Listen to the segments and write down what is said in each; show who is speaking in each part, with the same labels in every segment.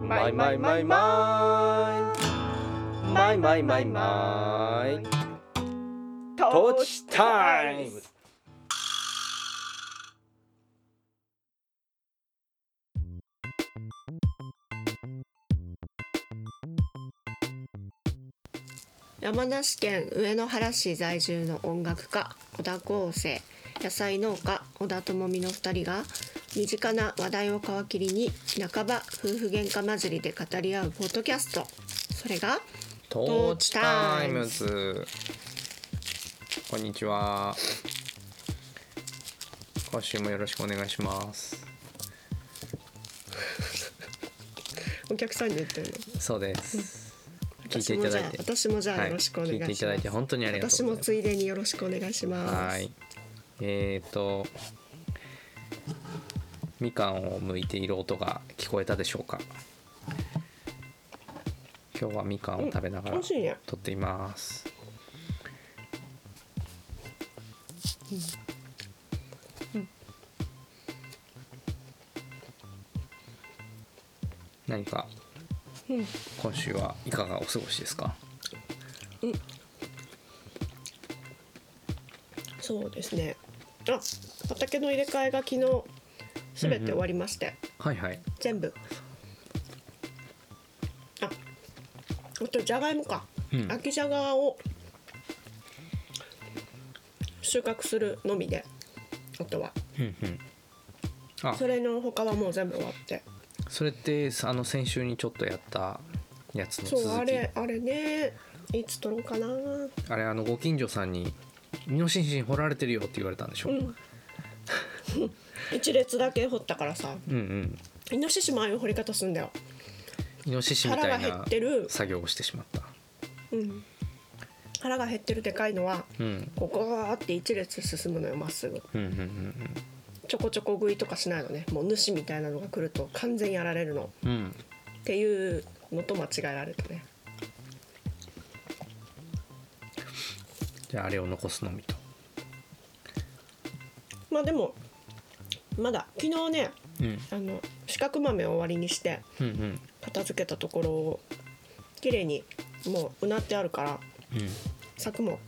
Speaker 1: マイマイマイマイマイマイマイマイトーチタイム
Speaker 2: 山梨県上野原市在住の音楽家小田光生野菜農家小田智美の2人が身近な話題を皮切りに半ば夫婦喧嘩混じりで語り合うポッドキャストそれが
Speaker 1: トーチタイムズこんにちは今週もよろしくお願いします
Speaker 2: お客さんに言ってるの
Speaker 1: そうです聞いて
Speaker 2: 私
Speaker 1: い
Speaker 2: も
Speaker 1: た
Speaker 2: じ
Speaker 1: だ
Speaker 2: ゃ
Speaker 1: い
Speaker 2: あ
Speaker 1: て
Speaker 2: 私もじゃあよろしくお願いし
Speaker 1: は
Speaker 2: ま
Speaker 1: い、聞いてい
Speaker 2: す、
Speaker 1: ただいて本当にありがと
Speaker 2: 私
Speaker 1: うご
Speaker 2: も
Speaker 1: ざ
Speaker 2: ついでによろしくお願いし
Speaker 1: い
Speaker 2: ま
Speaker 1: ますはいえっ、ー、とみかんを剥いている音が聞こえたでしょうか今日はみかんを食べなが
Speaker 2: 美
Speaker 1: ら
Speaker 2: 味しいね
Speaker 1: 撮っています、何か
Speaker 2: うん
Speaker 1: 今週はいかがお過ごしですか
Speaker 2: そうですねあ畑の入れ替えが昨日すべて終わりまして、
Speaker 1: はいはい
Speaker 2: 全部ああとじゃがいもか、
Speaker 1: うん
Speaker 2: 秋じゃがを収穫するのみであとは
Speaker 1: うんうんあ
Speaker 2: それの他はもう全部終わって
Speaker 1: それってあの先週にちょっとやったやつの
Speaker 2: そ
Speaker 1: 続
Speaker 2: う
Speaker 1: き
Speaker 2: あ
Speaker 1: あ
Speaker 2: れ
Speaker 1: れ
Speaker 2: あれねいつ取ろうかなうん
Speaker 1: あのご近所さんに「イノシシに掘られてるよ」って言われたんでしょ、
Speaker 2: 一列だけ掘ったからさ
Speaker 1: うんうん
Speaker 2: イノシシもああいう掘り方すんだよ
Speaker 1: イノシシみ
Speaker 2: 腹
Speaker 1: た
Speaker 2: が
Speaker 1: い
Speaker 2: 減っ
Speaker 1: な
Speaker 2: てる、
Speaker 1: 作業をしてしまった
Speaker 2: うん、腹が減ってるでかいのは
Speaker 1: うん
Speaker 2: ここがあって一列進むのよまっすぐ
Speaker 1: うんうんうんうん
Speaker 2: ちょこちょこ食いとかしないのねもう主みたいなのが来ると完全やられるの
Speaker 1: うん
Speaker 2: っていうのと間違えられたね
Speaker 1: じゃああれを残すのみと
Speaker 2: まあでもまだ昨日ね
Speaker 1: うん
Speaker 2: あの四角豆を終わりにして
Speaker 1: うんうん
Speaker 2: 片付けたところを綺麗にもううなってあるから
Speaker 1: うん
Speaker 2: 柵も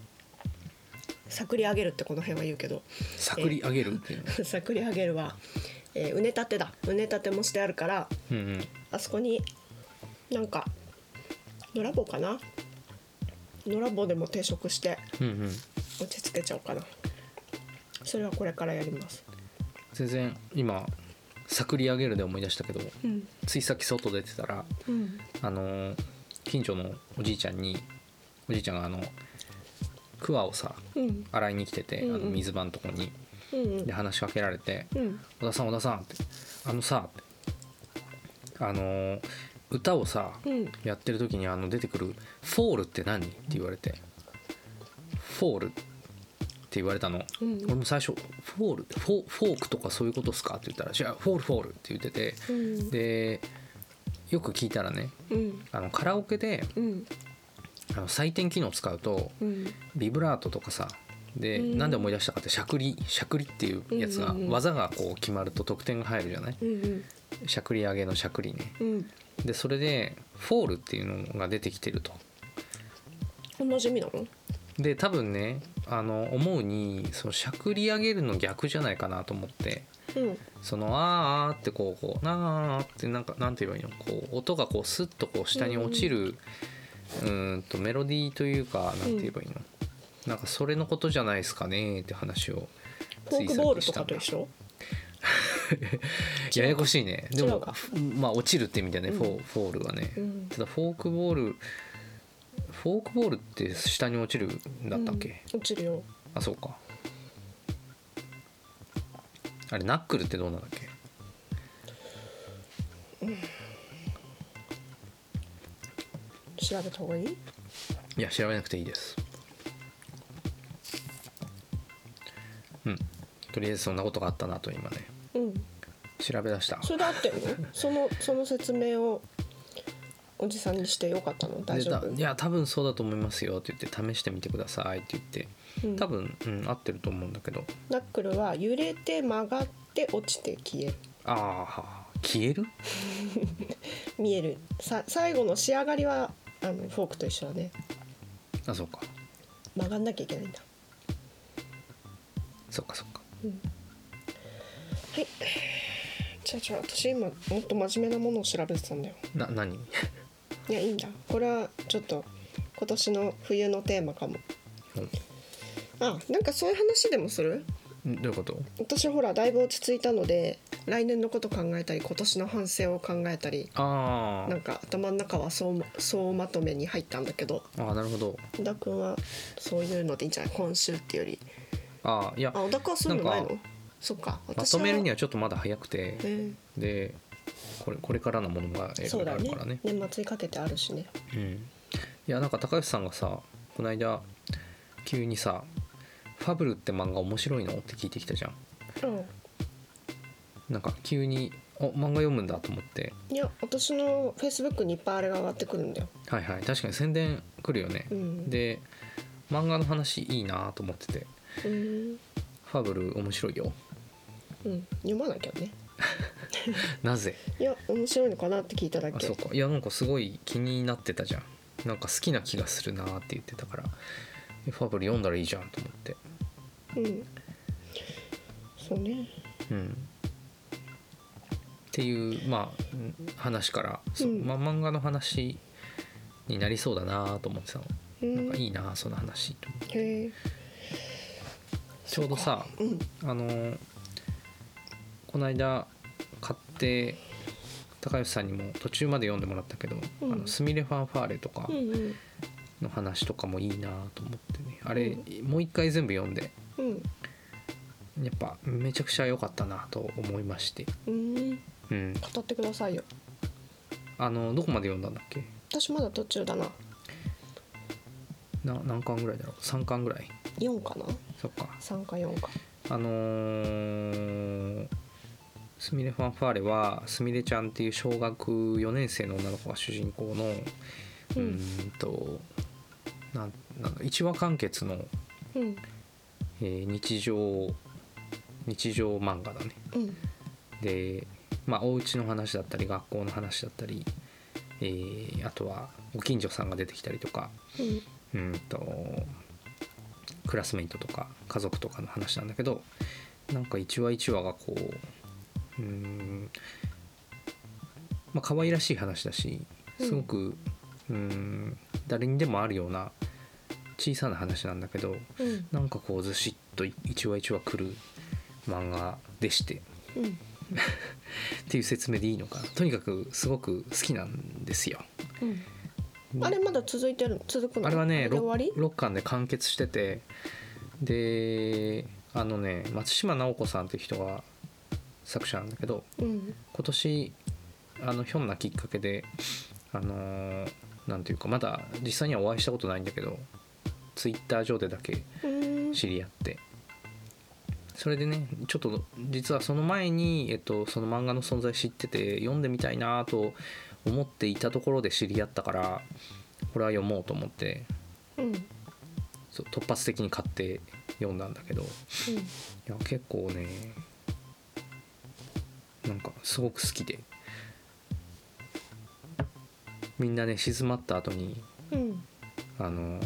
Speaker 2: 柵り上げるってこの辺は言うけど
Speaker 1: さくり上げるっていうの
Speaker 2: 柵り上げるは、えーうねたてだうねたてもしてあるから
Speaker 1: うんうん
Speaker 2: あそこになんかのらぼうかなのらぼうでも定食して
Speaker 1: うんうん
Speaker 2: 落ち着けちゃおうかなそれはこれからやります
Speaker 1: 全然今さくり上げるで思い出したけど
Speaker 2: うん
Speaker 1: ついさっき外出てたら
Speaker 2: うん
Speaker 1: あのー近所のおじいちゃんにおじいちゃんがあの桑をさ
Speaker 2: うん
Speaker 1: 洗いに来てて、
Speaker 2: うんうん
Speaker 1: あの水場のとこに
Speaker 2: うん
Speaker 1: で話しかけられて
Speaker 2: うん
Speaker 1: 「小田さん小田さん」って「あのさ」ってあのー歌をさ、
Speaker 2: うん
Speaker 1: やってる時にあの出てくる「フォールって何?」って言われて「フォール」って言われたの、
Speaker 2: うん
Speaker 1: 俺も最初「フォールってフォフォークとかそういうことっすか?」って言ったら「違うフォールフォール」って言ってて
Speaker 2: うん
Speaker 1: でよく聞いたらね
Speaker 2: うん
Speaker 1: あのカラオケで
Speaker 2: うん
Speaker 1: あの採点機能を使うと
Speaker 2: うん
Speaker 1: ビブラートとかさで、
Speaker 2: うん
Speaker 1: なんで思い出したかってしゃくりしゃくりっていうやつが、
Speaker 2: うんうんうん
Speaker 1: 技がこう決まると得点が入るじゃない
Speaker 2: うん
Speaker 1: しゃくり上げのしゃくりね
Speaker 2: うん
Speaker 1: でそれでフォールっていうのが出てきてると
Speaker 2: おなじみなの
Speaker 1: で多分ねあの思うにそのしゃくり上げるの逆じゃないかなと思って
Speaker 2: うん
Speaker 1: そのあーあーってこうこうなーってなんかなんて言えばいいのこう音がこうスッとこう下に落ちるうーんとメロディーというかなんて言えばいいの、なんかそれのことじゃないですかねって話を
Speaker 2: フォークボールと
Speaker 1: した
Speaker 2: か
Speaker 1: んだ
Speaker 2: と一緒
Speaker 1: ややこしいねで
Speaker 2: 違う
Speaker 1: も
Speaker 2: か
Speaker 1: まあ落ちるって意味だね、フォ
Speaker 2: う
Speaker 1: ーフォールはね、
Speaker 2: うん
Speaker 1: ただフォークボールフォークボールって下に落ちるんだったっけ、
Speaker 2: うん落ちるよ
Speaker 1: あそうかあれナックルってどうなんだっけ
Speaker 2: 調べた方がいい
Speaker 1: いや調べなくていいですうんとりあえずそんなことがあったなと今ね
Speaker 2: うん
Speaker 1: 調べ出した
Speaker 2: それで合ってるのそのその説明をおじさんにしてよかったの大
Speaker 1: で
Speaker 2: 丈
Speaker 1: た
Speaker 2: 夫
Speaker 1: いや多分そうだと思いますよって言って試してみてくださいって言って
Speaker 2: うん
Speaker 1: 多分、うん、合ってると思うんだけど
Speaker 2: ナックルは揺れて曲がって落ちて消える
Speaker 1: ああ消える
Speaker 2: 見えるさ最後の仕上がりはあのフォークと一緒だね
Speaker 1: あそうか
Speaker 2: 曲がんなきゃいけないんだ、
Speaker 1: そうかそうか
Speaker 2: うん、はいじゃあじゃあ私今もっと真面目なものを調べてたんだよ
Speaker 1: な何
Speaker 2: いやいいんだこれはちょっと今年の冬のテーマかもあなんかそういう話でもする
Speaker 1: んどういうこと
Speaker 2: 私ほらだいぶ落ち着いたので来年のこと考えたり今年の反省を考えたり
Speaker 1: あ
Speaker 2: なんか頭の中はそうそうまとめに入ったんだけど
Speaker 1: ーあーなるほど
Speaker 2: 小田君はそういうのでいいんじゃない今週っていうより
Speaker 1: あーいや
Speaker 2: あ小田君はそういうのない
Speaker 1: な
Speaker 2: のそっか
Speaker 1: まとめるに
Speaker 2: は、
Speaker 1: はちょっとまだ早くて
Speaker 2: え
Speaker 1: でこれこれからのものが
Speaker 2: ー
Speaker 1: いろ
Speaker 2: そ
Speaker 1: い
Speaker 2: う
Speaker 1: ろ
Speaker 2: だ
Speaker 1: ある
Speaker 2: ね
Speaker 1: からね
Speaker 2: 年末にかけてあるしね
Speaker 1: うんいやなんか高橋さんがさこの間急にさ「ファブルって漫画面白いの?」って聞いてきたじゃん
Speaker 2: うん
Speaker 1: なんか急に「お漫画読むんだ」と思って
Speaker 2: いや私のフェイスブックにいっぱいあれが上がってくるんだよ
Speaker 1: はいはい確かに宣伝来るよね、
Speaker 2: うん
Speaker 1: で漫画の話いいなと思ってて
Speaker 2: うん、
Speaker 1: 「ファブル面白いよ
Speaker 2: うん、読まなきゃね」
Speaker 1: なぜ
Speaker 2: いや面白いのかなって聞いただ
Speaker 1: あ
Speaker 2: け
Speaker 1: そうかいやなんかすごい気になってたじゃんなんか好きな気がするなって言ってたから「えファブル読んだらいいじゃん」と思って
Speaker 2: うんそうね
Speaker 1: うんっていうまあうん話から、そう
Speaker 2: うん
Speaker 1: まあ、漫画の話になりそうだなと思ってたの
Speaker 2: う
Speaker 1: なん
Speaker 2: ん
Speaker 1: かいいなその話と思って
Speaker 2: へえ
Speaker 1: ちょうどさ
Speaker 2: うん
Speaker 1: あのこの間買って高吉さんにも途中まで読んでもらったけど「
Speaker 2: うん
Speaker 1: あのスミレ・ファンファーレ」とか
Speaker 2: うんうん
Speaker 1: の話とかもいいなと思ってねあれ、
Speaker 2: う
Speaker 1: もう一回全部読んで
Speaker 2: うん
Speaker 1: やっぱめちゃくちゃ良かったなと思いまして、
Speaker 2: うん
Speaker 1: うん、
Speaker 2: 語ってくださいよ
Speaker 1: あのどこまで読んだんだっけ
Speaker 2: 私まだ途中だな
Speaker 1: な何巻ぐらいだろう3巻ぐらい
Speaker 2: 4かな
Speaker 1: そっか
Speaker 2: 3か4か
Speaker 1: あのースミレ・ファンファーレはスミレちゃんっていう小学4年生の女の子が主人公のう
Speaker 2: う
Speaker 1: ー
Speaker 2: ん
Speaker 1: んとなんなんだ1話完結の、
Speaker 2: うん
Speaker 1: えー日常日常漫画だね
Speaker 2: うん
Speaker 1: でまあお家の話だったり学校の話だったり、えーあとはご近所さんが出てきたりとか
Speaker 2: うん
Speaker 1: うんとクラスメイトとか家族とかの話なんだけどなんか一話一話がこううーんまあ可愛らしい話だしすごく、うーん誰にでもあるような小さな話なんだけど
Speaker 2: うん
Speaker 1: なんかこうずしっと一話一話来る漫画でして
Speaker 2: うん
Speaker 1: っていう説明でいいのかなとにかくすごく好きなんですよ。
Speaker 2: うんあれまだ続いてる続くの
Speaker 1: あれはね
Speaker 2: で終わり
Speaker 1: 6, 巻で完結しててであのね松島直子さんっていう人が作者なんだけど
Speaker 2: うん
Speaker 1: 今年あのひょんなきっかけであのーなんていうかまだ実際にはお会いしたことないんだけどツイッター上でだけ
Speaker 2: うん
Speaker 1: 知り合ってそれでねちょっと実はその前に、えっと、その漫画の存在知ってて読んでみたいなと思っていたところで知り合ったからこれは読もうと思って
Speaker 2: うんうん
Speaker 1: そう突発的に買って読んだんだけどいや結構ねなんかすごく好きでみんなね静まった後に
Speaker 2: うん
Speaker 1: あの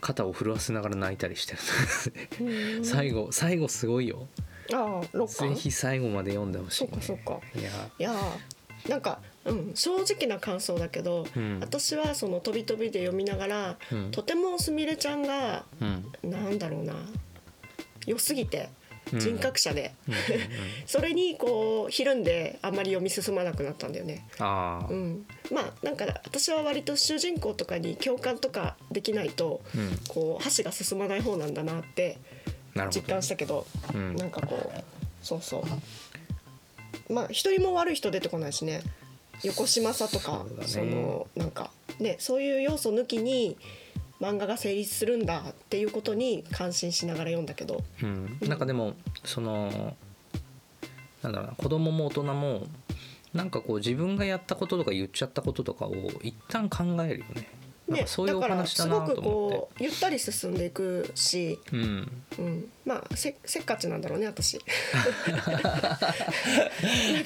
Speaker 1: 肩を震わせながら泣いたりしてる
Speaker 2: うん
Speaker 1: 最後最後すごいよ
Speaker 2: ああ六
Speaker 1: ぜ
Speaker 2: 巻
Speaker 1: ひ最後まで読んでほしい、
Speaker 2: そう
Speaker 1: ね
Speaker 2: か、そうか
Speaker 1: いや
Speaker 2: いやーなんかうん正直な感想だけど
Speaker 1: うん
Speaker 2: 私はその飛び飛びで読みながら
Speaker 1: うん
Speaker 2: とてもすみれちゃんが
Speaker 1: うん
Speaker 2: なんだろうな良すぎて
Speaker 1: うん
Speaker 2: 人格者で、
Speaker 1: うんうんうん
Speaker 2: それにこうひるんであんまり読み進まなくなったんだよね。
Speaker 1: ああ
Speaker 2: うん、まあなんか私は割と主人公とかに共感とかできないと
Speaker 1: うん
Speaker 2: こう箸が進まない方なんだなって
Speaker 1: なるほ
Speaker 2: 実感したけど
Speaker 1: ど、うん
Speaker 2: なんかこうそうそうまあ一人も悪い人出てこないしね横島さとか
Speaker 1: そうだね
Speaker 2: そ,、のなんかねそういう要素抜きに漫画が成立するんだっていうことに感心しながら読んだけど
Speaker 1: うん、なんかでもそのなんだろうな子供も大人もなんかこう自分がやったこととか言っちゃったこととかを一旦考えるよねなんかそういうお話だ
Speaker 2: ね、だ
Speaker 1: な
Speaker 2: から
Speaker 1: と
Speaker 2: すごく
Speaker 1: 思って
Speaker 2: こ。うゆったり進んでいくし、
Speaker 1: うん、
Speaker 2: うん、まあせせっかちなんだろうね私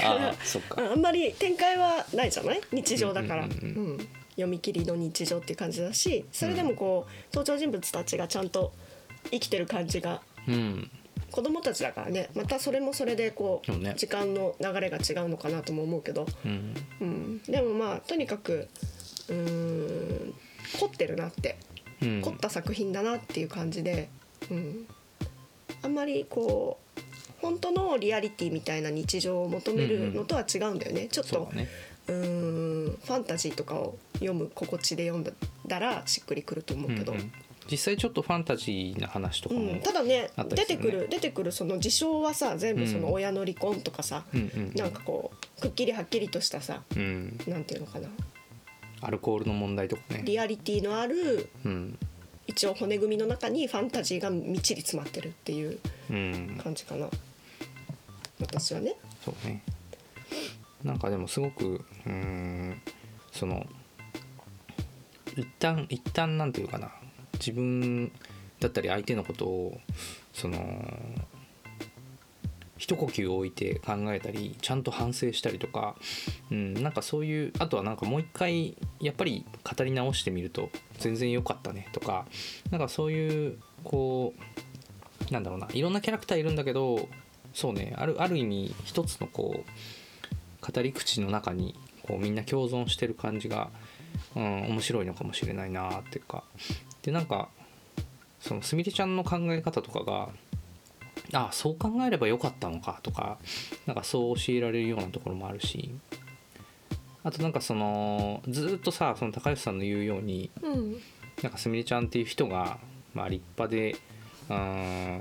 Speaker 1: ああそっか
Speaker 2: あんまり展開はないじゃない日常だから、
Speaker 1: うんうんう
Speaker 2: うん読み切りの日常っていう感じだしそれでもこう登場人物たちがちゃんと生きてる感じが
Speaker 1: うん
Speaker 2: 子供たちだからねまたそれもそれでこう
Speaker 1: そうね
Speaker 2: 時間の流れが違うのかなとも思うけど、
Speaker 1: うん
Speaker 2: うん、でもまあとにかくうーん凝ってるなって
Speaker 1: うん
Speaker 2: 凝った作品だなっていう感じで、うん、あんまりこう本当のリアリティみたいな日常を求めるのとは違うんだよね、ちょっ
Speaker 1: そう
Speaker 2: と
Speaker 1: だね
Speaker 2: う,、んファンタジーとかを読む心地で読んだらしっくりくると思うけど、
Speaker 1: うんうん実際ちょっとファンタジーな話とか
Speaker 2: う
Speaker 1: も、
Speaker 2: んただね
Speaker 1: あったり
Speaker 2: 出
Speaker 1: す
Speaker 2: て
Speaker 1: るね
Speaker 2: くる出てくるその事象はさ全部そうの
Speaker 1: ん
Speaker 2: 親の離婚とかさ、
Speaker 1: うんうん
Speaker 2: なんかこうくっきりはっきりとしたさ
Speaker 1: うん、
Speaker 2: なんていうのかな
Speaker 1: アルコールの問題とかね、
Speaker 2: リアリティのある
Speaker 1: うん
Speaker 2: 一応骨組みの中にファンタジーがみっちり詰まってるっていう
Speaker 1: うん、
Speaker 2: 感じかな私はね
Speaker 1: そうねなんかでもすごくうーんその一旦一旦なんていうかな自分だったり相手のことをその一呼吸置いて考えたりちゃんと反省したりとか、うん、なんかそういうあとはなんかもう一回やっぱり語り直してみると全然良かったねとかなんかそういうこうなんだろうないろんなキャラクターいるんだけどそうねあるある意味一つのこう語り口の中にこうみんな共存してる感じが、うん、面白いのかもしれないなっていうかでなんかそのすみれちゃんの考え方とかがあそう考えればよかったのかとかなんかそう教えられるようなところもあるしあとなんかそのずーっとさその高吉さんの言うように
Speaker 2: うん
Speaker 1: なんかすみれちゃんっていう人が、まあ、立派でうーん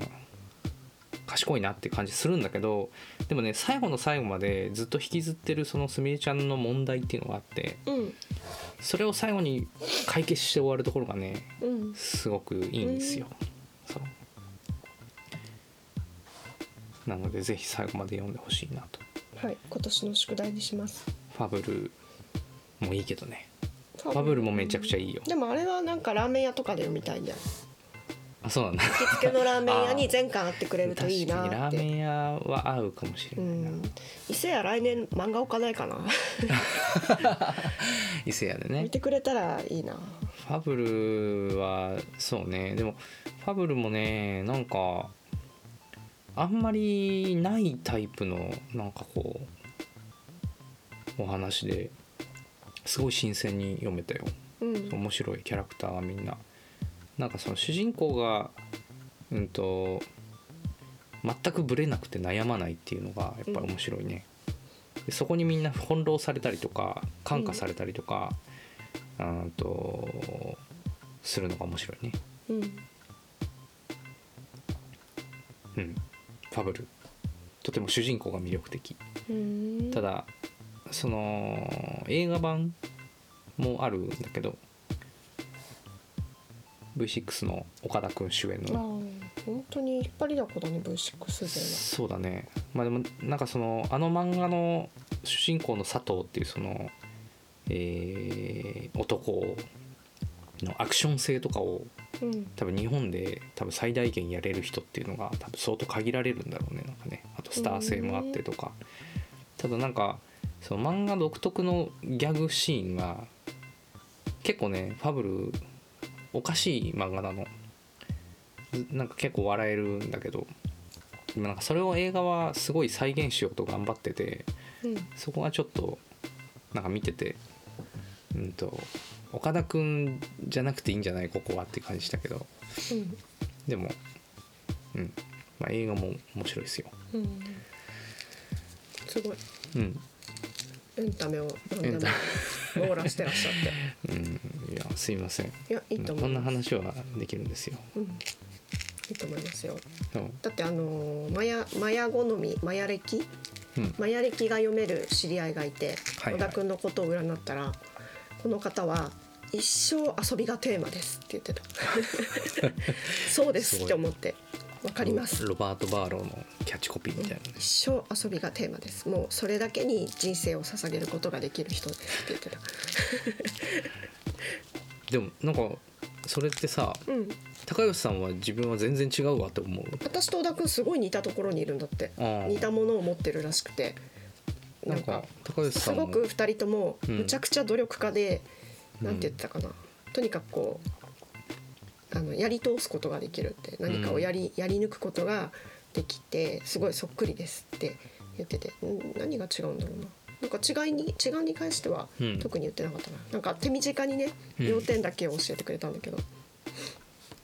Speaker 1: 賢いなって感じするんだけどでもね最後の最後までずっと引きずってるそのすみれちゃんの問題っていうのがあって
Speaker 2: うん
Speaker 1: それを最後に解決して終わるところがね
Speaker 2: うん
Speaker 1: すごくいいんですよ。そうなのでぜひ最後まで読んでほしいなと。
Speaker 2: はい今年の宿題にします
Speaker 1: ファブルもいいけどねファブルもめちゃくちゃいいよ。
Speaker 2: でもあれはなんかラーメン屋とかで読みたいんだよ
Speaker 1: あそうなんだ。
Speaker 2: 行きつけのラーメン屋に全巻あってくれる
Speaker 1: 確か
Speaker 2: とい
Speaker 1: に
Speaker 2: いな
Speaker 1: ラ
Speaker 2: っ
Speaker 1: ーメ
Speaker 2: て
Speaker 1: ン屋は合うかもし
Speaker 2: う
Speaker 1: れないな。
Speaker 2: ん伊勢屋来年漫画置かないかな
Speaker 1: 伊勢屋でね
Speaker 2: 見てくれたらいいな
Speaker 1: ファブルはそうねでもファブルもねなんかあんまりないタイプのなんかこうお話ですごい新鮮に読めたよ
Speaker 2: うん
Speaker 1: 面白いキャラクターがみんななんかその主人公がうんと全くブレなくて悩まないっていうのがやっぱり面白いね、でそこにみんな翻弄されたりとか感化されたりとか、うん、とするのが面白いね
Speaker 2: うん
Speaker 1: うんファブルとても主人公が魅力的
Speaker 2: うん
Speaker 1: ただその映画版もあるんだけど V6 の岡田君主演
Speaker 2: まあ
Speaker 1: の
Speaker 2: 本当に引っ張りだこだね V6
Speaker 1: そうだねまあでもなんかそのあの漫画の主人公の佐藤っていうその、えー男のアクション性とかを
Speaker 2: 勢うん
Speaker 1: 多分日本で多分最大限やれる人っていうのが多分相当限られるんだろうねなんかねあとスター性もあってとかただなんかその漫画独特のギャグシーンが結構ねファブルおかしい漫画なのずなんか結構笑えるんだけどでもなんかそれを映画はすごい再現しようと頑張ってて
Speaker 2: うん
Speaker 1: そこがちょっとなんか見ててうんと岡田君じゃなくていいんじゃないここはって感じだけど
Speaker 2: うん
Speaker 1: でも、うん、まあ、映画も面白いですよ。
Speaker 2: うんすごい
Speaker 1: うん、
Speaker 2: エンタメを何で
Speaker 1: エンタ
Speaker 2: も網羅してらっしゃって
Speaker 1: うん、いや、すいません。
Speaker 2: いやいいと思
Speaker 1: こ
Speaker 2: い
Speaker 1: んな
Speaker 2: ま
Speaker 1: 話
Speaker 2: す。
Speaker 1: はできるんですよ。
Speaker 2: うん、いいと思いますよ。
Speaker 1: そう
Speaker 2: だってあのーマヤマヤ好みマヤ歴
Speaker 1: うん、
Speaker 2: マヤ歴が読める知り合いがいて、
Speaker 1: はいはい
Speaker 2: 小田君のことを占ったらこの方は一生遊びがテーマですって言ってた。そうですって思ってわかります。
Speaker 1: ロバート・バーローのキャッチコピーみたいなね。
Speaker 2: 一生遊びがテーマです。もうそれだけに人生を捧げることができる人ですって言ってた。
Speaker 1: でもなんかそれってさ
Speaker 2: うん
Speaker 1: 高吉さんは自分は全然違うわって思う
Speaker 2: 私と小田君すごい似たところにいるんだって
Speaker 1: あ
Speaker 2: 似たものを持ってるらしくて
Speaker 1: な
Speaker 2: なんんか
Speaker 1: か高吉
Speaker 2: す
Speaker 1: さんも
Speaker 2: ごく2人とも
Speaker 1: うん
Speaker 2: むちゃくちゃ努力家で、
Speaker 1: うん
Speaker 2: なんて言ってたかなとにかくこうあのやり通すことができるって何かをやり,、やり抜くことができてすごいそっくりですって言っててん何が違うんだろうな。なんか違いに違いに関しては
Speaker 1: うん
Speaker 2: 特に言ってなかったな、なんか手短にね
Speaker 1: うん
Speaker 2: 要点だけを教えてくれたんだけど、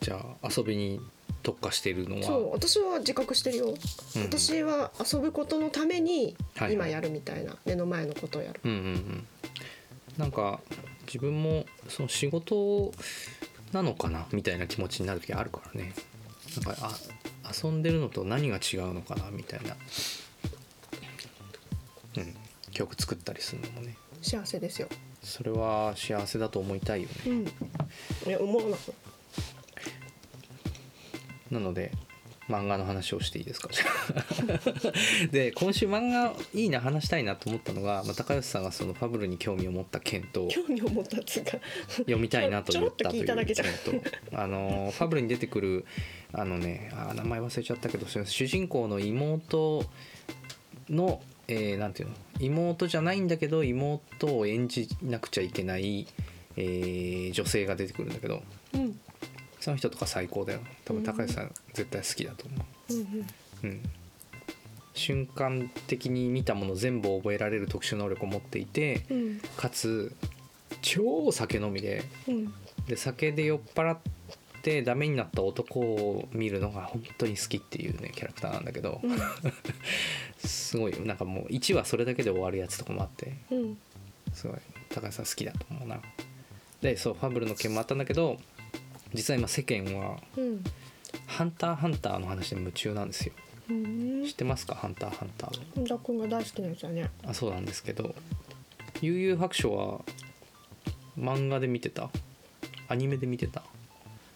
Speaker 1: じゃあ遊びに特化しているのは
Speaker 2: そう私は自覚してるよ、
Speaker 1: うん
Speaker 2: 私は遊ぶことのために
Speaker 1: はいはい
Speaker 2: 今やるみたいな目の前のことをやる、
Speaker 1: うんうんうん、なんか自分もその仕事なのかなみたいな気持ちになる時あるからねなんかあ遊んでるのと何が違うのかなみたいな、うん、曲作ったりするのもね
Speaker 2: 幸せですよ
Speaker 1: それは幸せだと思いたいよね
Speaker 2: うん、いや思わな
Speaker 1: なので漫画の話をしていいですか で今週漫画いいな話したいなと思ったのが、まあ、高吉さんがそのファブルに興味を持った件と
Speaker 2: 興味を持ったつうか
Speaker 1: 読みたいなと言ったという
Speaker 2: ちょろっと聞いただけじゃん
Speaker 1: のとあのファブルに出てくるあのねあー名前忘れちゃったけどその主人公の妹の、えーなんていうの妹じゃないんだけど妹を演じなくちゃいけない、えー女性が出てくるんだけど
Speaker 2: うんうん
Speaker 1: その人とか最高だよ多分高橋さん絶対好きだと思う。
Speaker 2: うん
Speaker 1: うん、瞬間的に見たもの全部覚えられる特殊能力を持っていて
Speaker 2: うん
Speaker 1: かつ超酒飲みで
Speaker 2: うん
Speaker 1: で酒で酔っ払ってダメになった男を見るのが本当に好きっていうねキャラクターなんだけど
Speaker 2: うん
Speaker 1: すごいよなんかもう1話それだけで終わるやつとかもあって
Speaker 2: うん
Speaker 1: すごい高橋さん好きだと思うなでそう「ファブル」の件もあったんだけど実は今世間は
Speaker 2: うん
Speaker 1: 「ハンターハンター」の話に夢中なんですよ
Speaker 2: うん
Speaker 1: 知ってますか「ハンターハンター」
Speaker 2: 本田君が大好きなやつだね
Speaker 1: あそうなんですけど「悠々白書」は漫画で見てたアニメで見てたあ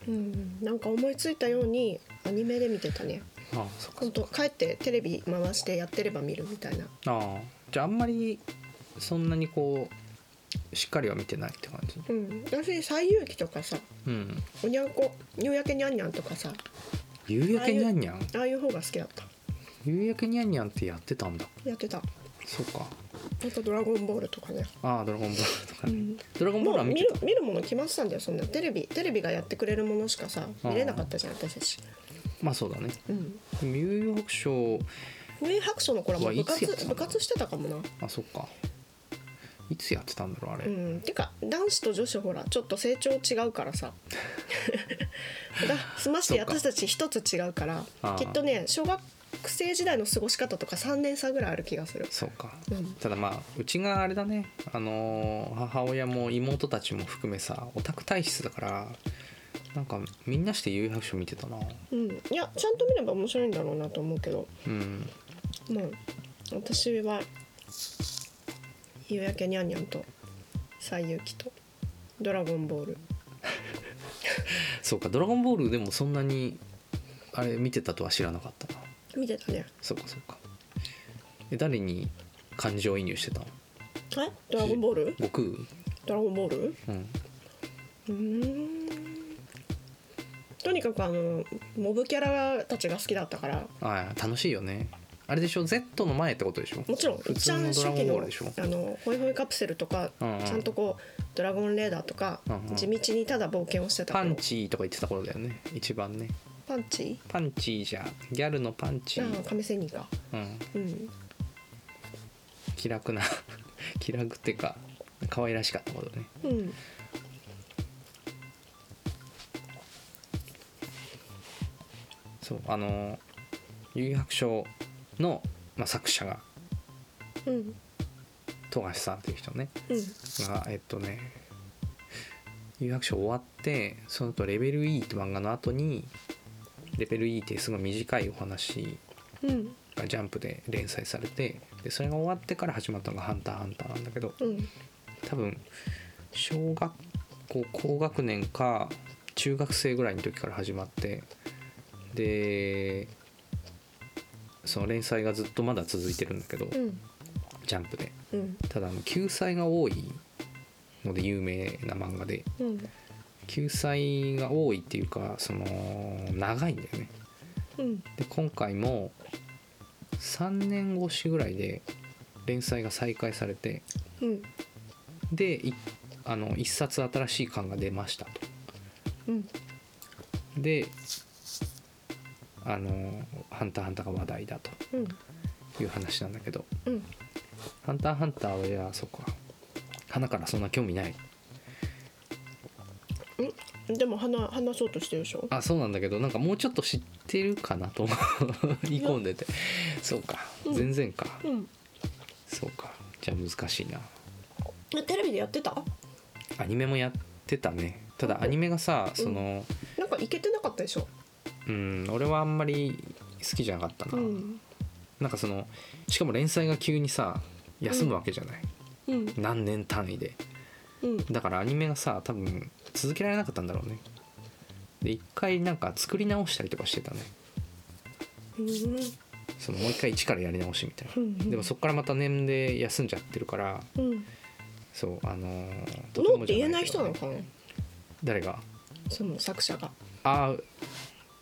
Speaker 2: うんなんか思いついたようにアニメで見てたね
Speaker 1: あそっかそ
Speaker 2: 本
Speaker 1: っか
Speaker 2: 当帰ってテレビ回してやってれば見るみたいな
Speaker 1: ああじゃああんまりそんなにこうしっかりは見てないって感じ
Speaker 2: うん私西遊記とかさ
Speaker 1: うん
Speaker 2: おにゃんこ夕焼けにゃんにゃんとかさ
Speaker 1: 夕焼けにゃんにゃん
Speaker 2: ああいう方が好きだった
Speaker 1: 夕焼けにゃんにゃんってやってたんだ
Speaker 2: やってた
Speaker 1: そうか
Speaker 2: あとドラゴンボールとかね
Speaker 1: ああドラゴンボールとかね、
Speaker 2: うん
Speaker 1: ドラゴンボールは
Speaker 2: もう
Speaker 1: 見
Speaker 2: 見
Speaker 1: て
Speaker 2: る
Speaker 1: た
Speaker 2: 見るもの決まってたんだよそんなテレビテレビがやってくれるものしかさ
Speaker 1: うん
Speaker 2: 見れなかったじゃん私たち、
Speaker 1: まあそうだね
Speaker 2: うん、
Speaker 1: 夕陽白書
Speaker 2: 上白書の頃はもう部
Speaker 1: うわいつやってた
Speaker 2: 活
Speaker 1: の
Speaker 2: 部活してたかもな
Speaker 1: あそっかいつやってたんだろうあれ、
Speaker 2: うんてか男子と女子ほらちょっと成長違うか らさだスマッシュ
Speaker 1: そうか
Speaker 2: 私たち一つ違うから
Speaker 1: あー
Speaker 2: きっとね小学生時代の過ごし方とか3年差ぐらいある気がする
Speaker 1: そうか
Speaker 2: うん
Speaker 1: ただまあうちがあれだねあのー母親も妹たちも含めさオタク体質だからなんかみんなして有白書見てたな
Speaker 2: うん、いやちゃんと見れば面白いんだろうなと思うけど
Speaker 1: うん
Speaker 2: まあ私は夕焼けにゃんにゃんと西遊記とドラゴンボール
Speaker 1: そうか「ドラゴンボール」でもそんなにあれ見てたとは知らなかったな
Speaker 2: 見てたね
Speaker 1: そうかそうかえ誰に感情移入してたの
Speaker 2: えドラゴンボール
Speaker 1: 悟空
Speaker 2: ドラゴンボール
Speaker 1: うん
Speaker 2: うーんとにかくあのモブキャラたちが好きだったから
Speaker 1: ああ楽しいよねあれでしょ Z の前ってことでしょ
Speaker 2: もちろん
Speaker 1: 普
Speaker 2: 一
Speaker 1: 通
Speaker 2: 番
Speaker 1: の
Speaker 2: 初
Speaker 1: ドラゴ
Speaker 2: 期
Speaker 1: ンボー
Speaker 2: の
Speaker 1: ルでしょ
Speaker 2: あのホイホイカプセルとか、
Speaker 1: うんうん
Speaker 2: ちゃんとこうドラゴンレーダーとか、
Speaker 1: うんうん
Speaker 2: 地道にただ冒険をしてた
Speaker 1: パ
Speaker 2: 頃
Speaker 1: ンチとか言ってた頃だよね一番ね
Speaker 2: パンチ
Speaker 1: パンチーじゃんギャルのパンチ
Speaker 2: あ
Speaker 1: ー
Speaker 2: あ亀仙人か
Speaker 1: うん
Speaker 2: うん
Speaker 1: 気楽な 気楽っていうか可愛らしかったことね
Speaker 2: うん
Speaker 1: そうあの有白書の、まあ、作者が
Speaker 2: うん
Speaker 1: 富樫さんっていう人ね
Speaker 2: うん
Speaker 1: がえっとね有白書終わってその後レベル E って漫画の後にレベル E ってすごい短いお話
Speaker 2: うん
Speaker 1: がジャンプで連載されてでそれが終わってから始まったのが「ハンターハンター」なんだけど
Speaker 2: うん
Speaker 1: 多分小学校高学年か中学生ぐらいの時から始まってでその連載がずっとまだ続いてるんだけど、
Speaker 2: うん
Speaker 1: ジャンプで
Speaker 2: うん
Speaker 1: ただあの救済が多いので有名な漫画で
Speaker 2: うん
Speaker 1: 救済が多いっていうかその長いんだよね
Speaker 2: うん
Speaker 1: で今回も3年越しぐらいで連載が再開されて
Speaker 2: うん
Speaker 1: でいあの1冊新しい巻が出ましたと
Speaker 2: うん
Speaker 1: であの「ハンターハンター」が話題だと
Speaker 2: うん
Speaker 1: いう話なんだけど
Speaker 2: うん
Speaker 1: 「ハンターハンター」はじゃあそっか花からそんな興味ない
Speaker 2: でも話話そうとしてるでしょ
Speaker 1: あそうなんだけどなんかもうちょっと知ってるかなと思う 言い込んでてそうか
Speaker 2: うん
Speaker 1: 全然か、
Speaker 2: うん
Speaker 1: そうかじゃあ難しいな
Speaker 2: えテレビでやってた
Speaker 1: アニメもやってたねただアニメがさその
Speaker 2: なんかいけてなかったでしょ
Speaker 1: うん俺はあんまり好きじゃなかったな、
Speaker 2: うん
Speaker 1: なんかそのしかも連載が急にさ休むわけじゃない、
Speaker 2: うん
Speaker 1: 何年単位で
Speaker 2: うん
Speaker 1: だからアニメがさ多分続けられなかったんだろうねで一回なんか作り直したりとかしてたね
Speaker 2: うん
Speaker 1: そのもう一回一からやり直しみたいな
Speaker 2: うん
Speaker 1: でもそこからまた年で休んじゃってるから
Speaker 2: うん
Speaker 1: そうあのーとて
Speaker 2: ノー
Speaker 1: も
Speaker 2: って
Speaker 1: じ
Speaker 2: 言
Speaker 1: ゃ
Speaker 2: えない
Speaker 1: けど
Speaker 2: 人な
Speaker 1: ね
Speaker 2: のかな
Speaker 1: 誰が
Speaker 2: その作者が
Speaker 1: ああ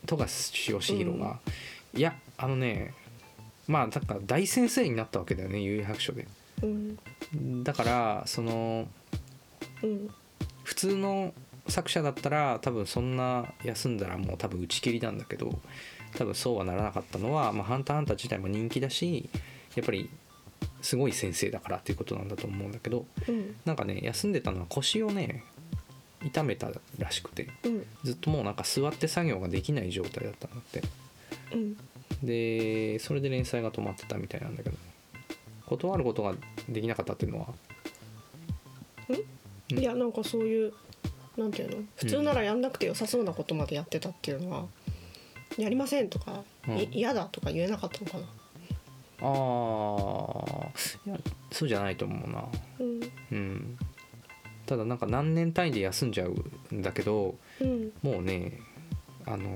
Speaker 1: 富樫義弘が、いやあのねまあだから大先生になったわけだよね幽遊白書で
Speaker 2: うん
Speaker 1: だからその
Speaker 2: うん
Speaker 1: 普通の作者だったら多分そんな休んだらもう多分打ち切りなんだけど多分そうはならなかったのは「まあ、ハンターハンター」自体も人気だしやっぱりすごい先生だからっていうことなんだと思うんだけど
Speaker 2: うん
Speaker 1: なんかね休んでたのは腰をね痛めたらしくて
Speaker 2: うん
Speaker 1: ずっともうなんか座って作業ができない状態だったんだって
Speaker 2: うん
Speaker 1: でそれで連載が止まってたみたいなんだけど断ることができなかったっていうのはうん
Speaker 2: いやなんかそういうなんていうの普通ならやんなくて良さそうなことまでやってたっていうのは、やりませんとか
Speaker 1: うん
Speaker 2: い嫌、だとか言えなかったのかな、
Speaker 1: ああいやそうじゃないと思うな
Speaker 2: うん
Speaker 1: うんただなんか何年単位で休んじゃうんだけど
Speaker 2: うん
Speaker 1: もうねあの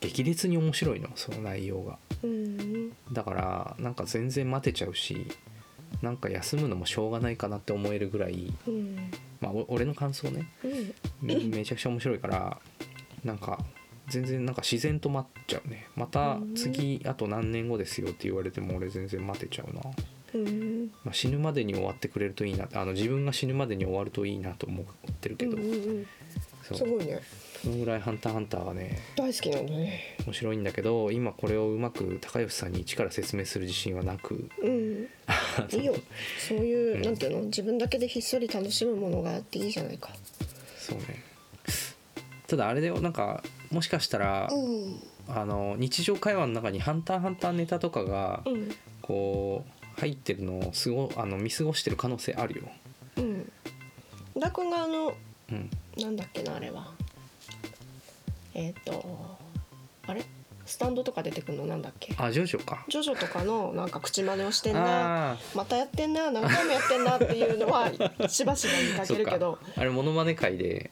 Speaker 1: 激烈に面白いのその内容が
Speaker 2: うん
Speaker 1: だからなんか全然待てちゃうしなんか休むのもしょうがないかなって思えるぐらい
Speaker 2: うん
Speaker 1: まあお俺の感想ね
Speaker 2: うん
Speaker 1: めめちゃくちゃ面白いからなんか全然なんか自然と待っちゃうねまた次あと何年後ですよって言われても俺全然待てちゃうな、
Speaker 2: うん
Speaker 1: まあ、死ぬまでに終わってくれるといいなあの自分が死ぬまでに終わるといいなと思ってるけど、
Speaker 2: うん
Speaker 1: そう
Speaker 2: す
Speaker 1: そ
Speaker 2: ごいね
Speaker 1: のぐらい「ハンターハンター」がね
Speaker 2: 大好きなんだね
Speaker 1: 面白いんだけど今これをうまく高吉さんに一から説明する自信はなく
Speaker 2: うんいいよそういう、
Speaker 1: うん
Speaker 2: なんていうの自分だけでひっそり楽しむものがあっていいじゃないか
Speaker 1: そうねただあれだよなんかもしかしたら、
Speaker 2: うん
Speaker 1: あの日常会話の中に「ハンターハンター」ネタとかが
Speaker 2: うん
Speaker 1: こう入ってるのをすごあの見過ごしてる可能性あるよ。
Speaker 2: うん小田君があの
Speaker 1: うん、
Speaker 2: なんだっけなあれはえっ、とあれスタンドとか出てくるのなんだっけ
Speaker 1: あジョジョか。
Speaker 2: ジョジョとかのなんか口真似をしてんな
Speaker 1: あ
Speaker 2: またやってんな何回もやってんなっていうのはしばしば見
Speaker 1: あ
Speaker 2: か
Speaker 1: そ
Speaker 2: け
Speaker 1: う
Speaker 2: る
Speaker 1: か
Speaker 2: けど、
Speaker 1: あれモノマネ界で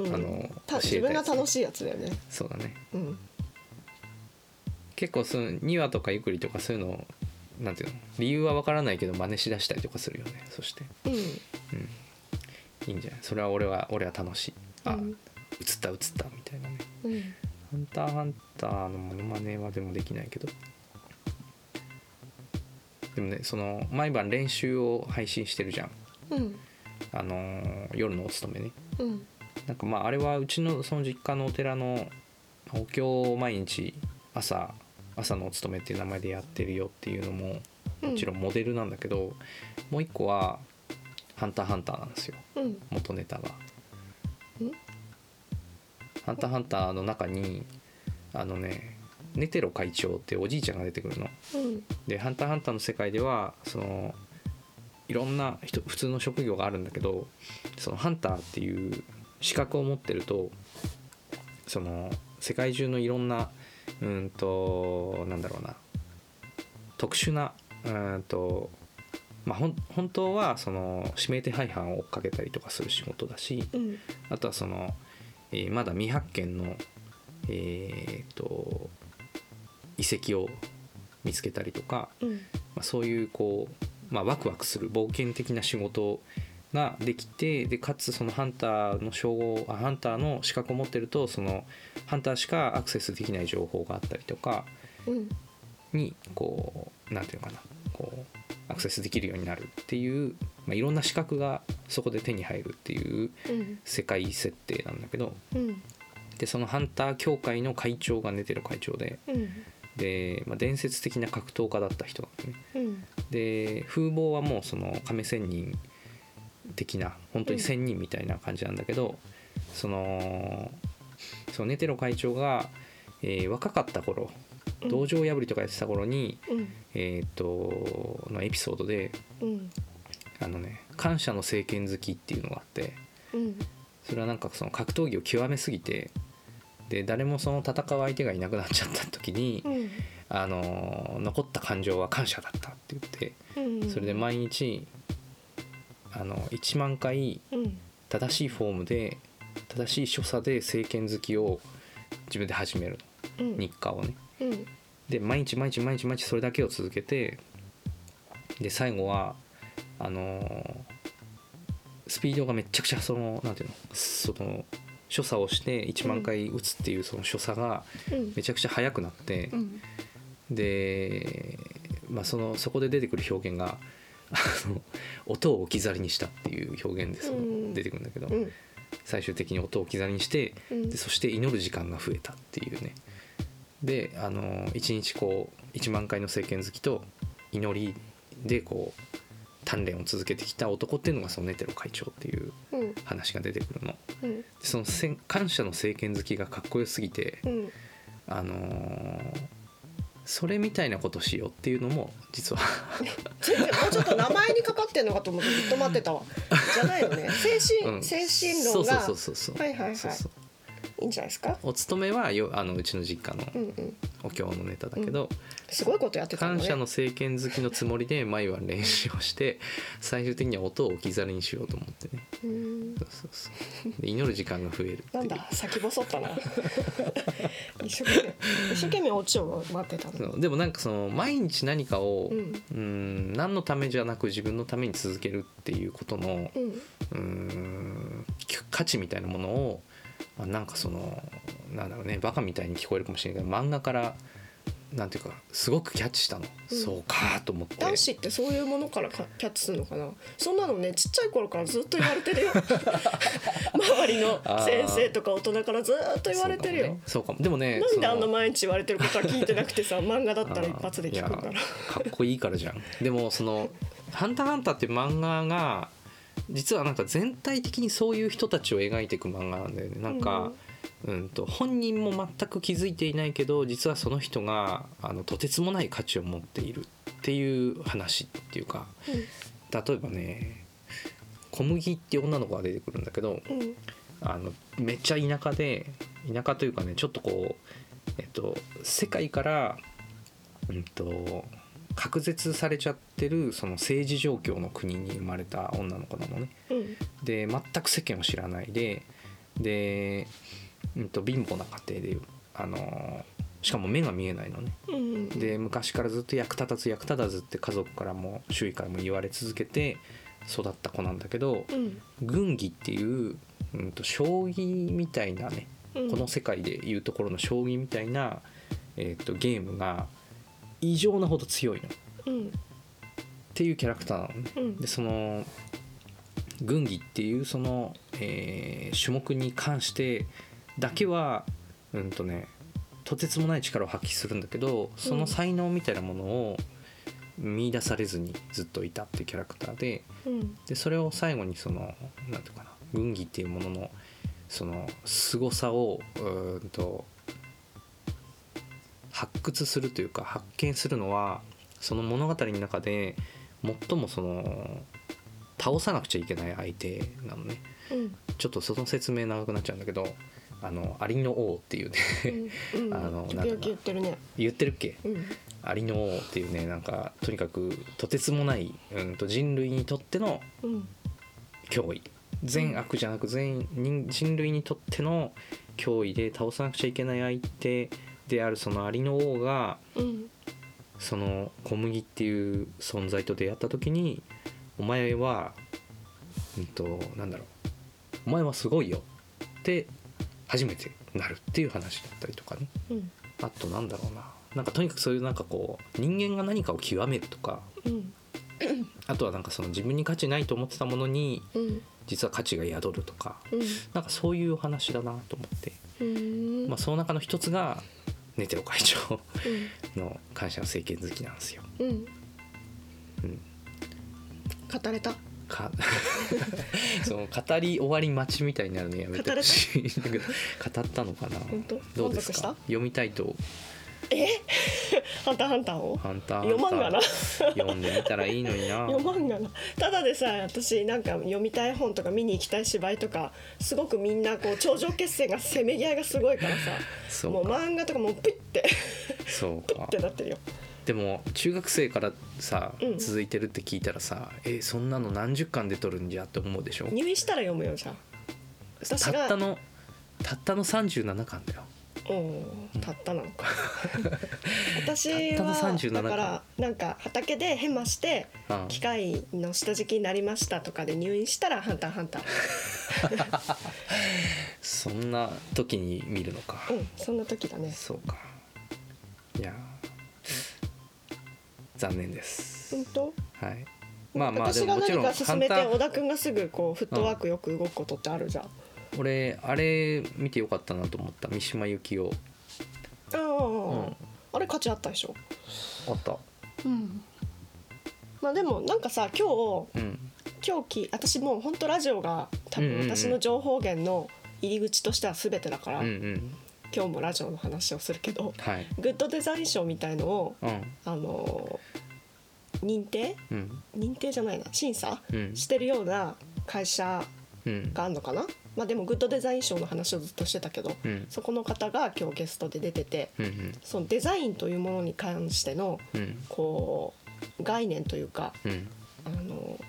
Speaker 2: うん
Speaker 1: あの教えたや
Speaker 2: た
Speaker 1: つ
Speaker 2: 自分が楽しいやつだよね、
Speaker 1: そうだね
Speaker 2: うん、
Speaker 1: 結構その2話とかゆくりとかそういうのをなんていうの理由はわからないけど真似しだしたりとかするよねそして
Speaker 2: うん
Speaker 1: いいんじゃないそれは俺は俺は楽しいあ、
Speaker 2: うん
Speaker 1: 映った映ったみたいなね「
Speaker 2: うん
Speaker 1: ハンターハンター」のモノマネはでもできないけどでもねその毎晩練習を配信してるじゃん
Speaker 2: うん
Speaker 1: あのー夜のお勤めね
Speaker 2: うん
Speaker 1: なんかまああれはうちのその実家のお寺のお経を毎日朝朝のお勤めっていう名前でやってるよっていうのも
Speaker 2: うん
Speaker 1: もちろんモデルなんだけど、もう一個は「ハンターハンター」なんですよ
Speaker 2: うん
Speaker 1: 元ネタが
Speaker 2: ん。
Speaker 1: ハンターハンターの中にあのねネテロ会長っておじいちゃんが出てくるの。
Speaker 2: うん
Speaker 1: で「ハンターハンター」の世界ではそのいろんな人普通の職業があるんだけどそのハンターっていう資格を持ってるとその世界中のいろんなうんとなんだろうな特殊なうんとまあほん本当はその指名手配犯を追っかけたりとかする仕事だし
Speaker 2: うん
Speaker 1: あとはその、えーまだ未発見のえーと遺跡を見つけたりとか、
Speaker 2: うん
Speaker 1: まあ、そういうこう、まあ、ワクワクする冒険的な仕事ができてでかつそのハンターの称号あハンターの資格を持ってるとそのハンターしかアクセスできない情報があったりとか
Speaker 2: うん
Speaker 1: にこうなんていうのかなこうアクセスできるようになるっていう、まあ、いろんな資格がそこで手に入るっていう
Speaker 2: うん
Speaker 1: 世界設定なんだけど
Speaker 2: うん
Speaker 1: でそのハンター協会の会長が寝てる会長で
Speaker 2: うん
Speaker 1: で、まあ、伝説的な格闘家だった人なんだね。
Speaker 2: うん
Speaker 1: で風貌はもうその亀仙人的な本当に仙人みたいな感じなんだけど、そのそのネテロ会長が、えー若かった頃
Speaker 2: うん
Speaker 1: 道場破りとかやってた頃に、
Speaker 2: うん
Speaker 1: えーっとのエピソードで
Speaker 2: うん
Speaker 1: あのね「感謝の聖剣好き」っていうのがあって
Speaker 2: うん
Speaker 1: それはなんかその格闘技を極めすぎてで誰もその戦う相手がいなくなっちゃった時に、
Speaker 2: うん
Speaker 1: あの残った感情は感謝だったって言って。
Speaker 2: うん
Speaker 1: それで毎日あの1万回
Speaker 2: うん
Speaker 1: 正しいフォームで正しい所作で政権好きを自分で始める
Speaker 2: うん
Speaker 1: の日課をね
Speaker 2: うん
Speaker 1: で毎日毎日毎日毎日それだけを続けてで最後はあのースピードがめちゃくちゃそのなんていうのその所作をして1万回打つっていうその所作が
Speaker 2: うん
Speaker 1: めちゃくちゃ速くなって、
Speaker 2: うん
Speaker 1: で、まあ、そのそこで出てくる表現が あの音を置き去りにしたっていう表現でその
Speaker 2: うん
Speaker 1: 出てくるんだけど、
Speaker 2: うん
Speaker 1: 最終的に音を置き去りにして
Speaker 2: うん
Speaker 1: でそして祈る時間が増えたっていうねであの一日こう1万回の聖剣好きと祈りでこう鍛錬を続けてきた男っていうのがそのネテロ会長っていう
Speaker 2: うん
Speaker 1: 話が出てくるの。
Speaker 2: うん
Speaker 1: でそのせん感謝の聖剣好きがかっこよすぎて、
Speaker 2: うん
Speaker 1: あのーそれみたいなことしようっていうのも実は
Speaker 2: 全然もうちょっと名前にかかってんのかと思ってずっと待ってたわじゃないよね精神、
Speaker 1: うん
Speaker 2: 精神論が
Speaker 1: そうそうそうそう、
Speaker 2: はいはいはい
Speaker 1: そうそう
Speaker 2: いいんじゃないですか
Speaker 1: お勤めはよあのうちの実家の
Speaker 2: うんうん
Speaker 1: お経のネタだけど、
Speaker 2: すごいことやってたの
Speaker 1: 感
Speaker 2: ね
Speaker 1: 謝の政権好きのつもりで毎晩練習をして最終的には音を置き去りにしようと思ってね
Speaker 2: うん
Speaker 1: そうそうそうで祈る時間が増えるってい
Speaker 2: なん
Speaker 1: う
Speaker 2: だ先 細ったな一生懸命一生懸命オチを待ってた
Speaker 1: そ
Speaker 2: の
Speaker 1: うでもなんかその毎日何かを、
Speaker 2: う
Speaker 1: うんーん何のためじゃなく自分のために続けるっていうことの
Speaker 2: うん
Speaker 1: うーん価値みたいなものを、まあ、なんかそのなんだろうねバカみたいに聞こえるかもしれないけど漫画からなんていうかすごくキャッチしたの、
Speaker 2: うん
Speaker 1: そうかと思って
Speaker 2: 男子ってそういうものからかキャッチするのかなそんなのねちっちゃい頃からずっと言われて るよ周りの先生とか大人からずっと言われてるよ
Speaker 1: そうかも,、ね、そうかもでもね
Speaker 2: なんであんな
Speaker 1: その
Speaker 2: 毎日言われてることは聞いてなくてさ漫画だったら一発で聞く
Speaker 1: あ
Speaker 2: か
Speaker 1: ーい
Speaker 2: ら
Speaker 1: やかっこいいからじゃんでもその「ハンターハンター」っていう漫画が実はなんか全体的にそういう人たちを描いていく漫画なんだよねなんか、うん、と本人も全く気づいていないけど実はその人があのとてつもない価値を持っているっていう話っていうか例えばね小麦っていう女の子が出てくるんだけど
Speaker 2: うんうん
Speaker 1: あのめっちゃ田舎で田舎というかねちょっとこう、えっと、世界から、うん、と隔絶されちゃってるその政治状況の国に生まれた女の子なのね。
Speaker 2: うん
Speaker 1: で全く世間を知らないでで、うん、と貧乏な家庭であのしかも目が見えないのね。
Speaker 2: うん
Speaker 1: で昔からずっと役立たず役立たずって家族からも周囲からも言われ続けて育った子なんだけど
Speaker 2: うん
Speaker 1: 軍技っていう、うん、と将棋みたいなね
Speaker 2: うん
Speaker 1: この世界でいうところの将棋みたいな、えー、とゲームが異常なほど強いのっ
Speaker 2: うん
Speaker 1: ていうキャラクターなのね。
Speaker 2: うん
Speaker 1: でその軍技っていうその、えー種目に関してだけはうんとねとてつもない力を発揮するんだけどその才能みたいなものを見出されずにずっといたっていうキャラクターで
Speaker 2: うん
Speaker 1: でそれを最後にその何ていうかな軍技っていうもののその凄さをうーんと発掘するというか発見するのはその物語の中で最もその倒さなくちゃいけない相手なのね
Speaker 2: うん
Speaker 1: ちょっとその説明長くなっちゃうんだけど「あのアリの王」っていうね
Speaker 2: うんうん
Speaker 1: あのなんだろうな
Speaker 2: 病気言ってるね
Speaker 1: 言ってるっけ
Speaker 2: うん
Speaker 1: アリの王っていうねなんかとにかくとてつもない、うん、と人類にとっての
Speaker 2: うん
Speaker 1: 脅威全悪じゃなく全人人類にとっての脅威で倒さなくちゃいけない相手であるそのアリの王が
Speaker 2: うん
Speaker 1: その小麦っていう存在と出会った時にお前はうんとなんだろうお前はすごいよって初めてなるっていう話だったりとかね
Speaker 2: うん
Speaker 1: あとなんだろうななんかとにかくそういうなんかこう人間が何かを極めるとか
Speaker 2: うん
Speaker 1: あとはなんかその自分に価値ないと思ってたものに
Speaker 2: うん
Speaker 1: 実は価値が宿るとか
Speaker 2: うん
Speaker 1: なんかそういうお話だなと思って、
Speaker 2: うん
Speaker 1: まあ、その中の一つがネテロ会長
Speaker 2: うん
Speaker 1: の感謝の政権好きなんですよ。
Speaker 2: うん
Speaker 1: うん
Speaker 2: 語れた
Speaker 1: か その語り終わり待ちみたいになるのやめてほしい語ったのかな
Speaker 2: 本当
Speaker 1: どうです
Speaker 2: 満足した
Speaker 1: か読みたいと
Speaker 2: 「 ハンターハンター」を
Speaker 1: ハンター
Speaker 2: 読まんがな
Speaker 1: 読んでみたらいいのにな
Speaker 2: 読まんがなただでさえ私なんか読みたい本とか見に行きたい芝居とかすごくみんなこう頂上決戦がせめぎ合いがすごいからさ
Speaker 1: そ
Speaker 2: も
Speaker 1: う
Speaker 2: う
Speaker 1: か
Speaker 2: 漫画とかもうピッて
Speaker 1: そう
Speaker 2: ピッ
Speaker 1: か
Speaker 2: てなってるよ
Speaker 1: でも中学生からさ
Speaker 2: うん
Speaker 1: 続いてるって聞いたらさ、えそんなの何十巻で取るんじゃって思うでしょ
Speaker 2: 入院したら読むよじゃあ私
Speaker 1: た
Speaker 2: が
Speaker 1: ったのたったの37巻だよ
Speaker 2: うんたったな のか
Speaker 1: た
Speaker 2: 私
Speaker 1: ったの
Speaker 2: は
Speaker 1: 37
Speaker 2: だからなんか畑でヘマして
Speaker 1: うん
Speaker 2: 機械の下敷きになりましたとかで入院したら「ハンターハンター
Speaker 1: そんな時に見るのか」、
Speaker 2: うんそんな時だね
Speaker 1: そうかいやー残念です、
Speaker 2: 本当
Speaker 1: はいまあまあでも
Speaker 2: 私が
Speaker 1: もちろん
Speaker 2: 何か
Speaker 1: ハ
Speaker 2: 進
Speaker 1: ン
Speaker 2: め
Speaker 1: タ
Speaker 2: て小
Speaker 1: ー
Speaker 2: 田君がすぐこうフットワークよく動くことってあるじゃん、
Speaker 1: 俺あれ見てよかったなと思った三島由紀夫、
Speaker 2: あ
Speaker 1: うん、
Speaker 2: あ
Speaker 1: あ
Speaker 2: あれ価値あったでしょ、
Speaker 1: った
Speaker 2: うん、まあでもなんかさ今日
Speaker 1: うん
Speaker 2: 今日き私もうほんとラジオが多
Speaker 1: うん
Speaker 2: 分
Speaker 1: うんうん
Speaker 2: 私の情報源の入り口としては全てだから、
Speaker 1: うんうん
Speaker 2: 今日もラジオの話をするけど
Speaker 1: はい
Speaker 2: グッドデザイン賞みたいのを
Speaker 1: うん
Speaker 2: あのー認定
Speaker 1: うん
Speaker 2: 認定じゃないな審査
Speaker 1: うん
Speaker 2: してるような会社
Speaker 1: うん
Speaker 2: があるのかな、まあ、でもグッドデザイン賞の話をずっとしてたけど
Speaker 1: うん
Speaker 2: そこの方が今日ゲストで出てて
Speaker 1: うんうん
Speaker 2: そのデザインというものに関しての
Speaker 1: うん
Speaker 2: こう概念というか
Speaker 1: うん
Speaker 2: あの、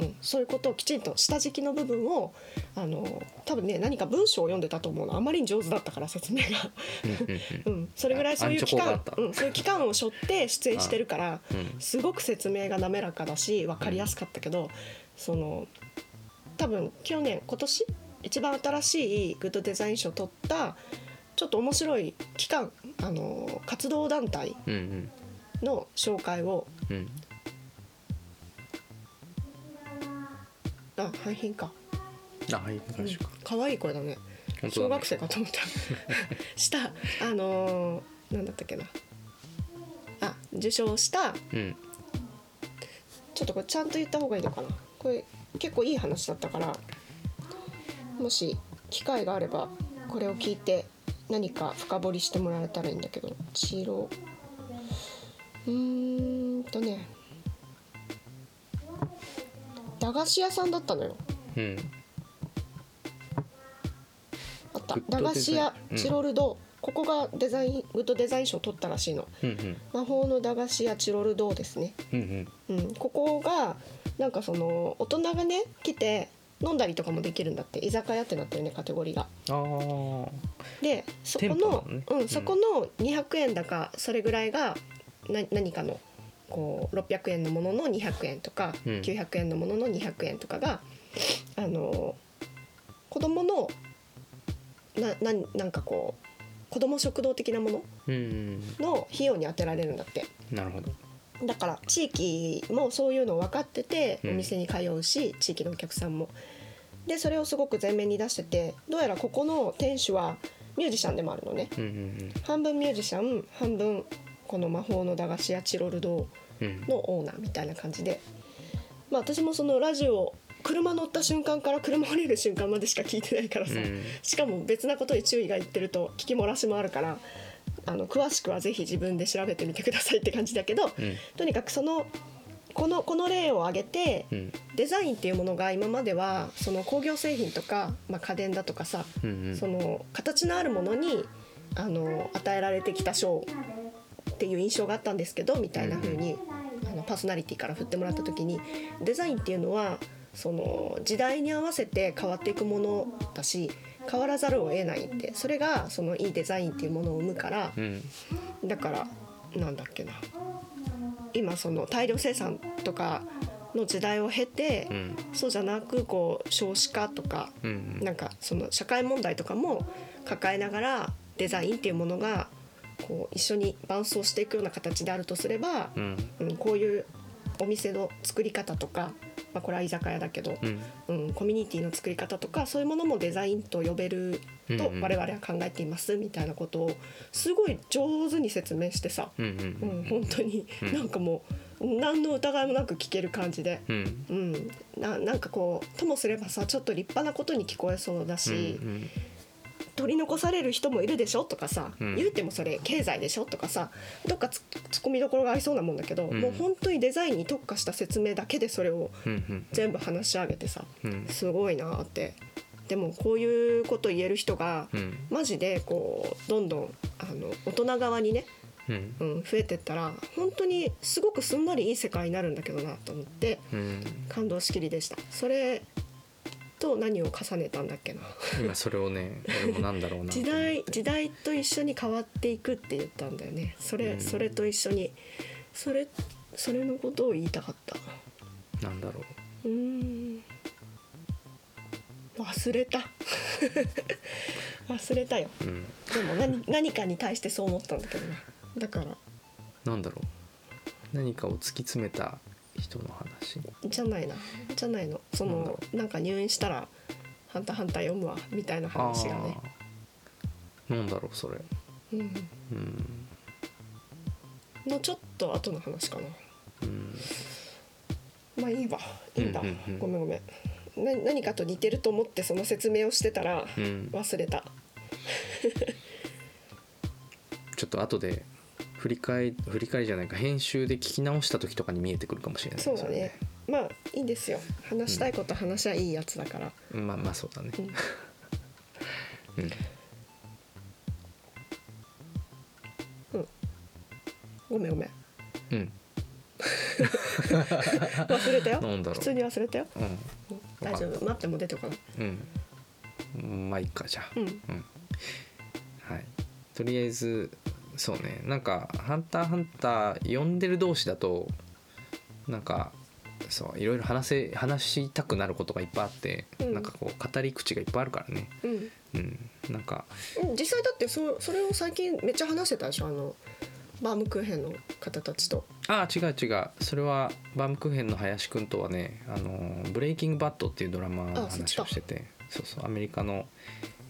Speaker 2: うん、そういうことをきちんと下敷きの部分をあの多分ね何か文章を読んでたと思うのあまりに上手だったから説明が、
Speaker 1: うんうん
Speaker 2: うん、それぐらいそういう期
Speaker 1: あアン
Speaker 2: 間
Speaker 1: チョコがあった
Speaker 2: うん、そういう期間を背負って出演してるから
Speaker 1: うんうん
Speaker 2: すごく説明が滑らかだし分かりやすかったけど、その多分去年今年一番新しいグッドデザイン賞を取ったちょっと面白い期間あの活動団体
Speaker 1: うんうん
Speaker 2: の紹介を
Speaker 1: うん
Speaker 2: あ廃品か
Speaker 1: あはい大丈夫か
Speaker 2: 可愛い声だね
Speaker 1: 本当だね
Speaker 2: 小学生かと思った したあのー、なんだったっけなあ受賞した
Speaker 1: うん
Speaker 2: ちょっとこれちゃんと言った方がいいのかなこれ結構いい話だったからもし機会があればこれを聞いて何か深掘りしてもらえたらいいんだけどチーローうーんとね駄菓子屋さんだったのよ
Speaker 1: うん
Speaker 2: あった
Speaker 1: グッド
Speaker 2: 駄菓子屋
Speaker 1: デザインうん
Speaker 2: チロルド、ここがデザイングッドデザイン賞を取ったらしいの
Speaker 1: うんうん
Speaker 2: 魔法の駄菓子屋チロルドですね
Speaker 1: うんうん
Speaker 2: うん、ここがなんかその大人がね来て飲んだりとかもできるんだって居酒屋ってなってるねカテゴリーが。
Speaker 1: あー
Speaker 2: でそこ
Speaker 1: 店舗なの、
Speaker 2: の
Speaker 1: ねう
Speaker 2: うんん、そこの200円だかそれぐらいがな何かのこう600円のものの200円とか、
Speaker 1: うん
Speaker 2: 900円のものの200円とかがあの子供のななんなんかこう子供食堂的なもの
Speaker 1: うんうん
Speaker 2: の費用に充てられるんだって。
Speaker 1: なるほど
Speaker 2: だから地域もそういうの分かってて
Speaker 1: うん
Speaker 2: お店に通うし、地域のお客さんもでそれをすごく前面に出しててどうやらここの店主はミュージシャンでもあるのね
Speaker 1: うんうん
Speaker 2: 半分ミュージシャン半分この魔法の駄菓子屋チロルド
Speaker 1: うんうん
Speaker 2: のオーナーみたいな感じで、まあ、私もそのラジオ車乗った瞬間から車降りる瞬間までしか聞いてないからさ、
Speaker 1: うん
Speaker 2: しかも別なことに注意がいってると聞き漏らしもあるからあの詳しくはぜひ自分で調べてみてくださいって感じだけど、
Speaker 1: うん
Speaker 2: とにかくそのこのこの例を挙げて
Speaker 1: うん
Speaker 2: デザインっていうものが今まではその工業製品とか、まあ、家電だとかさ
Speaker 1: うんうん
Speaker 2: その形のあるものにあの与えられてきた賞っていう印象があったんですけどみたいな風にあのパーソナリティから振ってもらった時にデザインっていうのはその時代に合わせて変わっていくものだし変わらざるを得ないってそれがそのいいデザインっていうものを生むから、
Speaker 1: うん
Speaker 2: だからなんだっけな今その大量生産とかの時代を経て、
Speaker 1: うん
Speaker 2: そうじゃなくこう少子化とか
Speaker 1: うんうん
Speaker 2: なんかその社会問題とかも抱えながらデザインっていうものがこう一緒に伴走していくような形であるとすれば、
Speaker 1: うん
Speaker 2: うん、こういうお店の作り方とか、まあ、これは居酒屋だけど、
Speaker 1: うん
Speaker 2: うん、コミュニティの作り方とかそういうものもデザインと呼べると
Speaker 1: うんうん
Speaker 2: 我々は考えていますみたいなことをすごい上手に説明してさ、
Speaker 1: うん
Speaker 2: う、
Speaker 1: うんん
Speaker 2: 本当に
Speaker 1: うん
Speaker 2: なんかもう何の疑いもなく聞ける感じで。
Speaker 1: うん
Speaker 2: うん、ななんかこうともすればさちょっと立派なことに聞こえそうだし、
Speaker 1: うん
Speaker 2: 取り残される人もいるでしょとかさ、
Speaker 1: うん
Speaker 2: 言うてもそれ経済でしょとかさどっかツッツッコミどころがありそうなもんだけど、
Speaker 1: うん
Speaker 2: もう本当にデザインに特化した説明だけでそれを
Speaker 1: うんうん
Speaker 2: 全部話し上げてさ
Speaker 1: うん
Speaker 2: すごいなーってでもこういうこと言える人が、
Speaker 1: うん
Speaker 2: マジでこうどんどんあの大人側にね、
Speaker 1: うん
Speaker 2: うん、増えてったら本当にすごくすんなりいい世界になるんだけどなと思って
Speaker 1: うん
Speaker 2: 感動しきりでした。それと何を重ねたんだっけな
Speaker 1: 今それをね俺もなんだろうな
Speaker 2: 時代時代と一緒に変わっていくって言ったんだよねそれ、
Speaker 1: うん
Speaker 2: それと一緒にそれそれのことを言いたかった
Speaker 1: なんだろう
Speaker 2: うーん忘れた 忘れたよ
Speaker 1: うん、
Speaker 2: でも何何かに対してそう思ったんだけどねだから
Speaker 1: なんだろう何かを突き詰めた人の話
Speaker 2: じゃないなじゃないのそ
Speaker 1: なんだろ
Speaker 2: のなんか入院したら「ハンターハンター読むわ」みたいな話がね、
Speaker 1: あーなんだろうそれ
Speaker 2: うん、
Speaker 1: うん
Speaker 2: のちょっと後の話かな
Speaker 1: うん
Speaker 2: まあいいわいいんだ、
Speaker 1: うんうんうん
Speaker 2: ごめんごめんな何かと似てると思ってその説明をしてたら
Speaker 1: うん
Speaker 2: 忘れた
Speaker 1: ちょっと後で振り返振り返りじゃないか編集で聞き直した時とかに見えてくるかもしれない
Speaker 2: そうだ
Speaker 1: れ
Speaker 2: ねまあいいんですよ話したいこと話しゃいいやつだから、
Speaker 1: まあまあそうだね
Speaker 2: うん
Speaker 1: うん
Speaker 2: ごめん ごめん
Speaker 1: うん
Speaker 2: 忘れたよ
Speaker 1: なんだろう
Speaker 2: 普通に忘れたよ
Speaker 1: うん
Speaker 2: 大丈夫待っても出てこない
Speaker 1: うんまあいいかじゃあ
Speaker 2: う
Speaker 1: う
Speaker 2: ん
Speaker 1: んはいとりあえずそうねなんか「ハンターハンター」読んでる同士だとなんかそういろいろ話せ話したくなることがいっぱいあって、
Speaker 2: うん
Speaker 1: なんかこう語り口がいっぱいあるからね
Speaker 2: うん
Speaker 1: うんなんか
Speaker 2: うん実際だってそそれを最近めっちゃ話してたでしょあのバームクーヘンの方たちと
Speaker 1: ああ違う違うそれはバームクーヘンの林くんとはね「あのブレイキングバット」っていうドラマの
Speaker 2: あそっ
Speaker 1: 話
Speaker 2: ちか
Speaker 1: をしててそうそうアメリカの、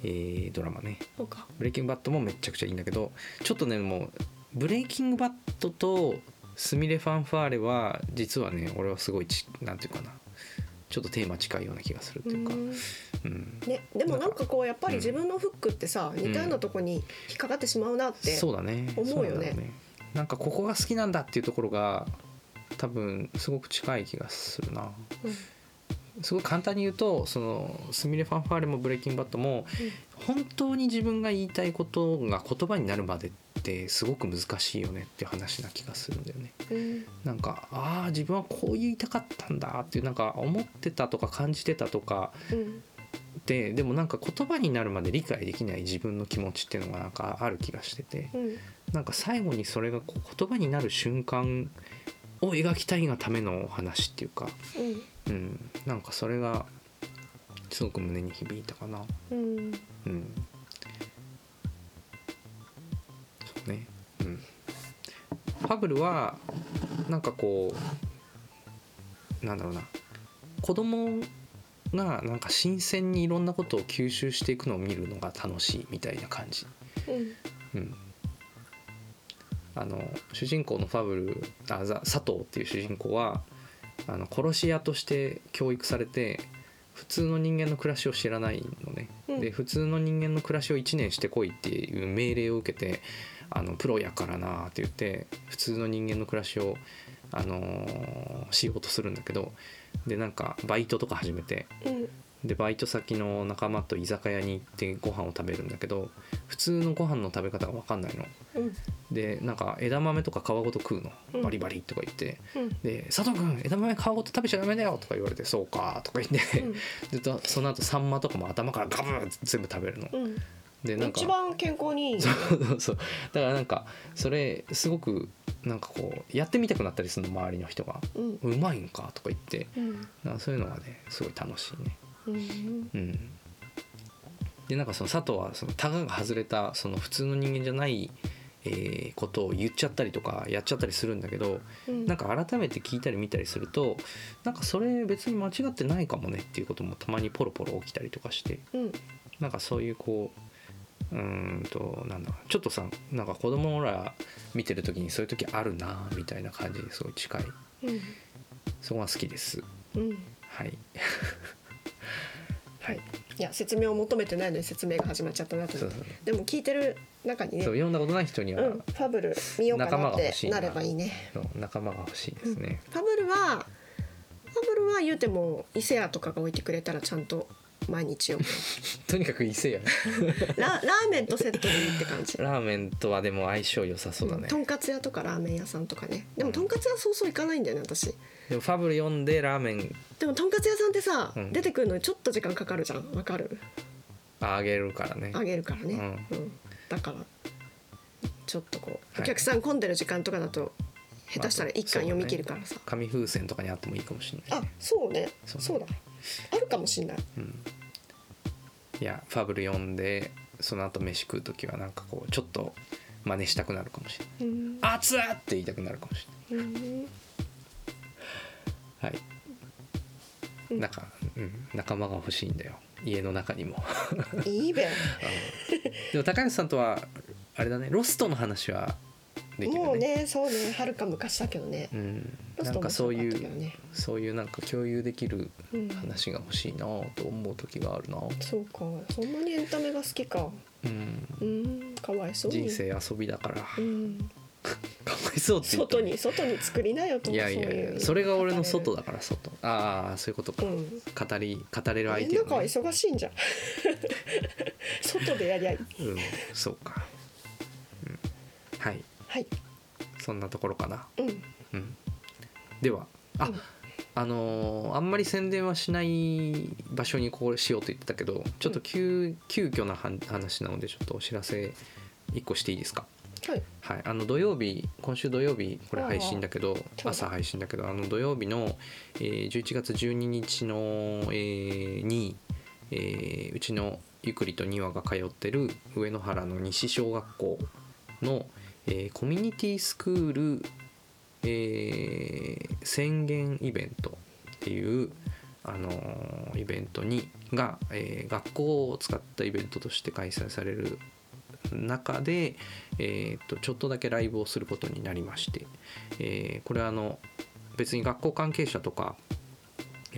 Speaker 1: えードラマね
Speaker 2: そうか
Speaker 1: ブレイキングバットもめちゃくちゃいいんだけどちょっとねもうブレイキングバットとスミレ・ファンファーレは実はね俺はすごいちなんていうかなちょっとテーマ近いような気がするっていうか、
Speaker 2: うん
Speaker 1: うん
Speaker 2: ね、でもなんかこうやっぱり自分のフックってさ、
Speaker 1: ん
Speaker 2: 似たようなとこに引っかかってしまうなって、
Speaker 1: そうだね
Speaker 2: 思うよね
Speaker 1: そなんだろなんかここが好きなんだっていうところが多分すごく近い気がするな
Speaker 2: うん
Speaker 1: すごい簡単に言うとそのスミレ・ファンファーレもブレイキングバットも本当に自分が言いたいことが言葉になるまでってすごく難しいよねっていう話な気がするんだよね。
Speaker 2: うん
Speaker 1: なんかああ自分はこう言いたかったんだっていうなんか思ってたとか感じてたとか
Speaker 2: うん
Speaker 1: ででもなんか言葉になるまで理解できない自分の気持ちっていうのがなんかある気がしてて
Speaker 2: うん
Speaker 1: なんか最後にそれがこう言葉になる瞬間を描きたいがためのお話っていうか、うん、なんかそれがすごく胸に響いたかな。
Speaker 2: うん
Speaker 1: うんそうねうんファブルはなんかこうなんだろうな子供がなんか新鮮にいろんなことを吸収していくのを見るのが楽しいみたいな感じ、
Speaker 2: うん
Speaker 1: うん、あの主人公のファブルあざ佐藤っていう主人公はあの殺し屋として教育されて普通の人間の暮らしを知らないのね、
Speaker 2: うん
Speaker 1: で普通の人間の暮らしを1年してこいっていう命令を受けてあのプロやからなって言って普通の人間の暮らしを、あのーしようとするんだけどでなんかバイトとか始めて
Speaker 2: うん
Speaker 1: でバイト先の仲間と居酒屋に行ってご飯を食べるんだけど普通のご飯の食べ方が分かんないの
Speaker 2: うん
Speaker 1: でなんか枝豆とか皮ごと食う
Speaker 2: う
Speaker 1: の
Speaker 2: ん
Speaker 1: バリバリとか言って、
Speaker 2: うん
Speaker 1: で「佐藤君枝豆皮ごと食べちゃダメだよ」とか言われて「そう か」とか言って、
Speaker 2: うん
Speaker 1: でとその後サンマとかも頭からガブッて全部食べるの
Speaker 2: うん
Speaker 1: でなんか
Speaker 2: 一番健康にいいよね
Speaker 1: そう そうだからなんかそれすごくなんかこうやってみたくなったりするの周りの人が
Speaker 2: うん
Speaker 1: 「うまいんか」とか言って
Speaker 2: うん
Speaker 1: なんかそういうのがねすごい楽しいね。
Speaker 2: うん
Speaker 1: うん、でなんかその佐藤はそのタガが外れたその普通の人間じゃない、えーことを言っちゃったりとかやっちゃったりするんだけど
Speaker 2: うん
Speaker 1: なんか改めて聞いたり見たりするとなんかそれ別に間違ってないかもねっていうこともたまにポロポロ起きたりとかして
Speaker 2: うん
Speaker 1: なんかそういうこううーんとなんだろうちょっとさなんか子供ら見てる時にそういう時あるなみたいな感じにすごい近い
Speaker 2: うん
Speaker 1: そこが好きです
Speaker 2: うん
Speaker 1: はいはい
Speaker 2: いや説明を求めてないのに説明が始まっちゃったなと
Speaker 1: そ
Speaker 2: 思
Speaker 1: う
Speaker 2: って
Speaker 1: そう
Speaker 2: でも聞いてる中にね
Speaker 1: そう読んだことない人には、
Speaker 2: うん、ファブル見ようか
Speaker 1: 仲間
Speaker 2: なっ
Speaker 1: が
Speaker 2: て
Speaker 1: 欲しいな
Speaker 2: なればいいね。
Speaker 1: そう仲間が欲しいですね、
Speaker 2: ファブルはファブルは言うても伊勢屋とかが置いてくれたらちゃんと毎日読
Speaker 1: とにかく伊勢や
Speaker 2: むララーメンとセットでいいって感じ。
Speaker 1: ラーメンとはでも相性良さそうだね、
Speaker 2: んとんかつ屋とかラーメン屋さんとかねでもとんかつ屋そうそう行かないんだよね私
Speaker 1: でもファブル読んでラーメン
Speaker 2: でもとんかつ屋さんってさ、
Speaker 1: うん
Speaker 2: 出てくるのにちょっと時間かかるじゃんわかる
Speaker 1: あげるからね
Speaker 2: あげるからね、うんだからちょっとこう、
Speaker 1: はい
Speaker 2: お客さん混んでる時間とかだと下手したら一
Speaker 1: まあそう
Speaker 2: 巻
Speaker 1: だね
Speaker 2: 読み切るからさ、
Speaker 1: 紙風船とかにあってもいいかもしれない
Speaker 2: あそうね
Speaker 1: そ
Speaker 2: そうう
Speaker 1: ね
Speaker 2: だあるかもしんない
Speaker 1: うんいやファブル読んでその後飯食う時はなんかこうちょっと真似したくなるかもしれ
Speaker 2: うん
Speaker 1: ない「熱っ!」って言いたくなるかもし
Speaker 2: うん
Speaker 1: れないはいなんか、うん、仲間が欲しいんだよ家の中にも
Speaker 2: いいべ
Speaker 1: でも高橋さんとはあれだねロストの話は できるね
Speaker 2: もうねそうねはるか昔だけどね
Speaker 1: うん、
Speaker 2: ロ
Speaker 1: な
Speaker 2: スト
Speaker 1: んかそうい
Speaker 2: 面白かったけど
Speaker 1: う
Speaker 2: ね
Speaker 1: そういうなんか共有できる
Speaker 2: うん
Speaker 1: 話が欲しいなと思う時があるな、
Speaker 2: そうかそんなにエンタメが好きか
Speaker 1: うん、
Speaker 2: うんかわいそうに
Speaker 1: 人生遊びだから、
Speaker 2: うん
Speaker 1: かわいそうって言った
Speaker 2: 外に外に作りなよと
Speaker 1: いやいや
Speaker 2: そう
Speaker 1: いうやそれが俺の外だから外ああそういうことか、
Speaker 2: うん
Speaker 1: 語り語れる相
Speaker 2: 家
Speaker 1: 手
Speaker 2: の中
Speaker 1: を
Speaker 2: は
Speaker 1: ね、
Speaker 2: 忙しいんじゃん 外でやりゃいい
Speaker 1: うん、そうか、うん、はい
Speaker 2: はい
Speaker 1: そんなところかな、
Speaker 2: うん
Speaker 1: うん、ではあ、
Speaker 2: うん
Speaker 1: あのーあんまり宣伝はしない場所にこうしようと言ってたけどちょっと急急遽なはん話なのでちょっとお知らせ1個していいですか
Speaker 2: はい
Speaker 1: はい、あの土曜日今週土曜日これ配信だけど
Speaker 2: そうだ
Speaker 1: 朝配信だけどあの土曜日の、えー11月12日の、えーに、えーうちのゆくりと庭が通ってる上野原の西小学校の、えーコミュニティスクール、えー宣言イベントっていう、あのーイベントにが、えー学校を使ったイベントとして開催される中で、えー、とちょっとだけライブをすることになりまして、えーこれはあの別に学校関係者とか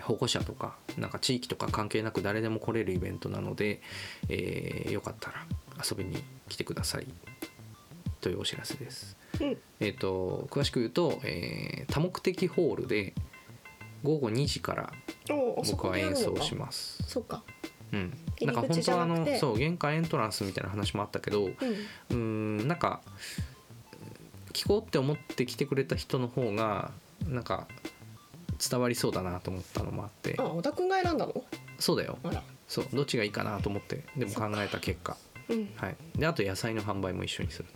Speaker 1: 保護者とかなんか地域とか関係なく誰でも来れるイベントなので、えーよかったら遊びに来てくださいというお知らせです。
Speaker 2: うん
Speaker 1: えー、と詳しく言うと、えー多目的ホールで午後2時から
Speaker 2: おあそ
Speaker 1: 僕
Speaker 2: こ
Speaker 1: は
Speaker 2: にある
Speaker 1: 演
Speaker 2: のか
Speaker 1: 奏します。
Speaker 2: そうか
Speaker 1: うん、
Speaker 2: 入り口
Speaker 1: なんか本当はあ
Speaker 2: じゃなく
Speaker 1: の
Speaker 2: て
Speaker 1: そう玄関エントランスみたいな話もあったけど、
Speaker 2: うん
Speaker 1: うーんなんか聞こうって思って来てくれた人の方がなんか伝わりそうだなと思ったのもあって
Speaker 2: あ小田君が選んだの
Speaker 1: そうだよ
Speaker 2: あら
Speaker 1: そうどっちがいいかなと思ってでも考えた結果
Speaker 2: うん
Speaker 1: はいであと野菜の販売も一緒にする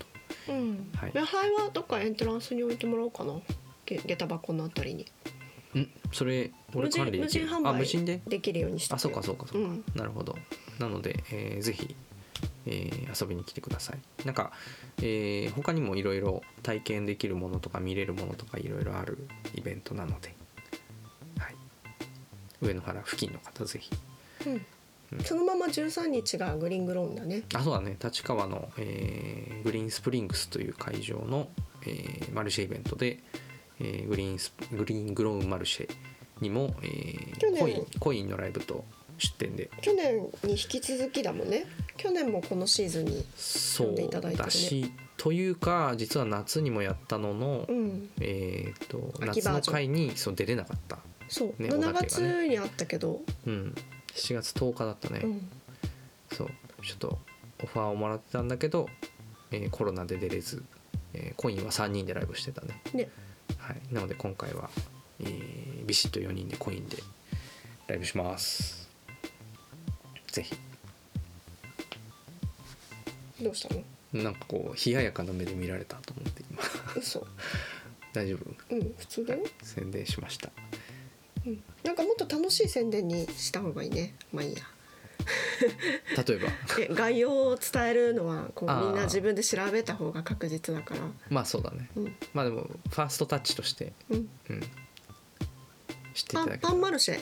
Speaker 1: と
Speaker 2: うん
Speaker 1: はい
Speaker 2: 野菜はどっかエントランスに置いてもらおうかなげ下駄箱のあたりに
Speaker 1: んそれ俺
Speaker 2: 無人
Speaker 1: 管理できる
Speaker 2: 無人販売
Speaker 1: あ無人で
Speaker 2: できるようにして
Speaker 1: あそうかそうかそうか、
Speaker 2: うん
Speaker 1: なるほどなので、えーぜひ、えー遊びに来てくださいなんか、えー他にもいろいろ体験できるものとか見れるものとかいろいろあるイベントなので、はい、上野原付近の方ぜひ
Speaker 2: うん
Speaker 1: うん
Speaker 2: そのまま13日がグリーングローンだね
Speaker 1: あそうだね立川の、えーグリーンスプリングスという会場の、えーマルシェイベントで、えーグリーンスグリーングローンマルシェにも、えー
Speaker 2: 去年
Speaker 1: コインコインのライブと出店で
Speaker 2: 去年に引き続きだもんね去年もこのシーズンに
Speaker 1: そ
Speaker 2: んで
Speaker 1: う
Speaker 2: いただいてる
Speaker 1: だ
Speaker 2: ね
Speaker 1: し、というか実は夏にもやったのの、
Speaker 2: うん
Speaker 1: えー、と
Speaker 2: 秋
Speaker 1: 夏
Speaker 2: バ
Speaker 1: の
Speaker 2: ージョン
Speaker 1: 会にそう出れなかった、
Speaker 2: そう、
Speaker 1: ね
Speaker 2: 7
Speaker 1: おだけがね
Speaker 2: 月にあったけど、
Speaker 1: うん、7月10日だったね、
Speaker 2: うん、
Speaker 1: そうちょっとオファーをもらってたんだけど、えーコロナで出れず、えーコインは3人でライブしてたね、
Speaker 2: ね
Speaker 1: はい、なので今回は、えービシッと4人でコインでライブしますぜひ
Speaker 2: どうしたの
Speaker 1: なんかこう冷ややかな目で見られたと思って今
Speaker 2: 嘘
Speaker 1: 大丈夫
Speaker 2: うん普通だよ、
Speaker 1: 宣伝しました
Speaker 2: うん、なんかもっと楽しい宣伝にした方がいいねまあいいや
Speaker 1: 例えば
Speaker 2: え概要を伝えるのはこう
Speaker 1: あー
Speaker 2: みんな自分で調べた方が確実だから
Speaker 1: まあそうだね
Speaker 2: うん
Speaker 1: まあでもファーストタッチとして、
Speaker 2: うん
Speaker 1: うん、知ってい
Speaker 2: パ
Speaker 1: た
Speaker 2: ン
Speaker 1: だけ
Speaker 2: パンマルシェ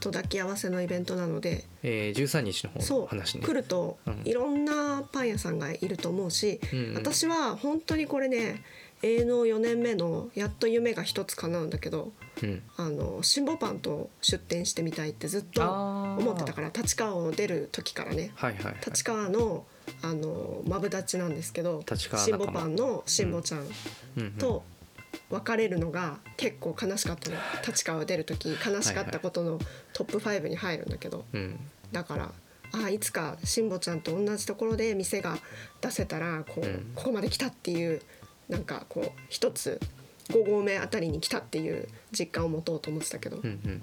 Speaker 2: と抱き合わせのイベントなので
Speaker 1: えー、13日の方
Speaker 2: そ
Speaker 1: の
Speaker 2: う
Speaker 1: 話ね
Speaker 2: 来ると
Speaker 1: うん
Speaker 2: いろんなパン屋さんがいると思うし、
Speaker 1: うんうん
Speaker 2: 私は本当にこれね営農4年目のやっと夢が一つ叶うんだけど
Speaker 1: うん、
Speaker 2: あの辛抱パンと出店してみたいってずっと思ってたからら立川を出る時からね
Speaker 1: はいはい、はい、
Speaker 2: 立川のあのマブダチなんですけど
Speaker 1: 立川
Speaker 2: 辛
Speaker 1: 仲間
Speaker 2: 抱パンの辛抱ちゃん
Speaker 1: うんうん
Speaker 2: と別れるのが結構悲しかったの立川を出る時悲しかったことのトップ5に入るんだけど。
Speaker 1: うん
Speaker 2: だからあいつか辛坊ちゃんと同じところで店が出せたらこう、
Speaker 1: うん
Speaker 2: ここまで来たっていうなんかこう一つ5合目あたりに来たっていう実感を持とうと思ってたけど、
Speaker 1: うん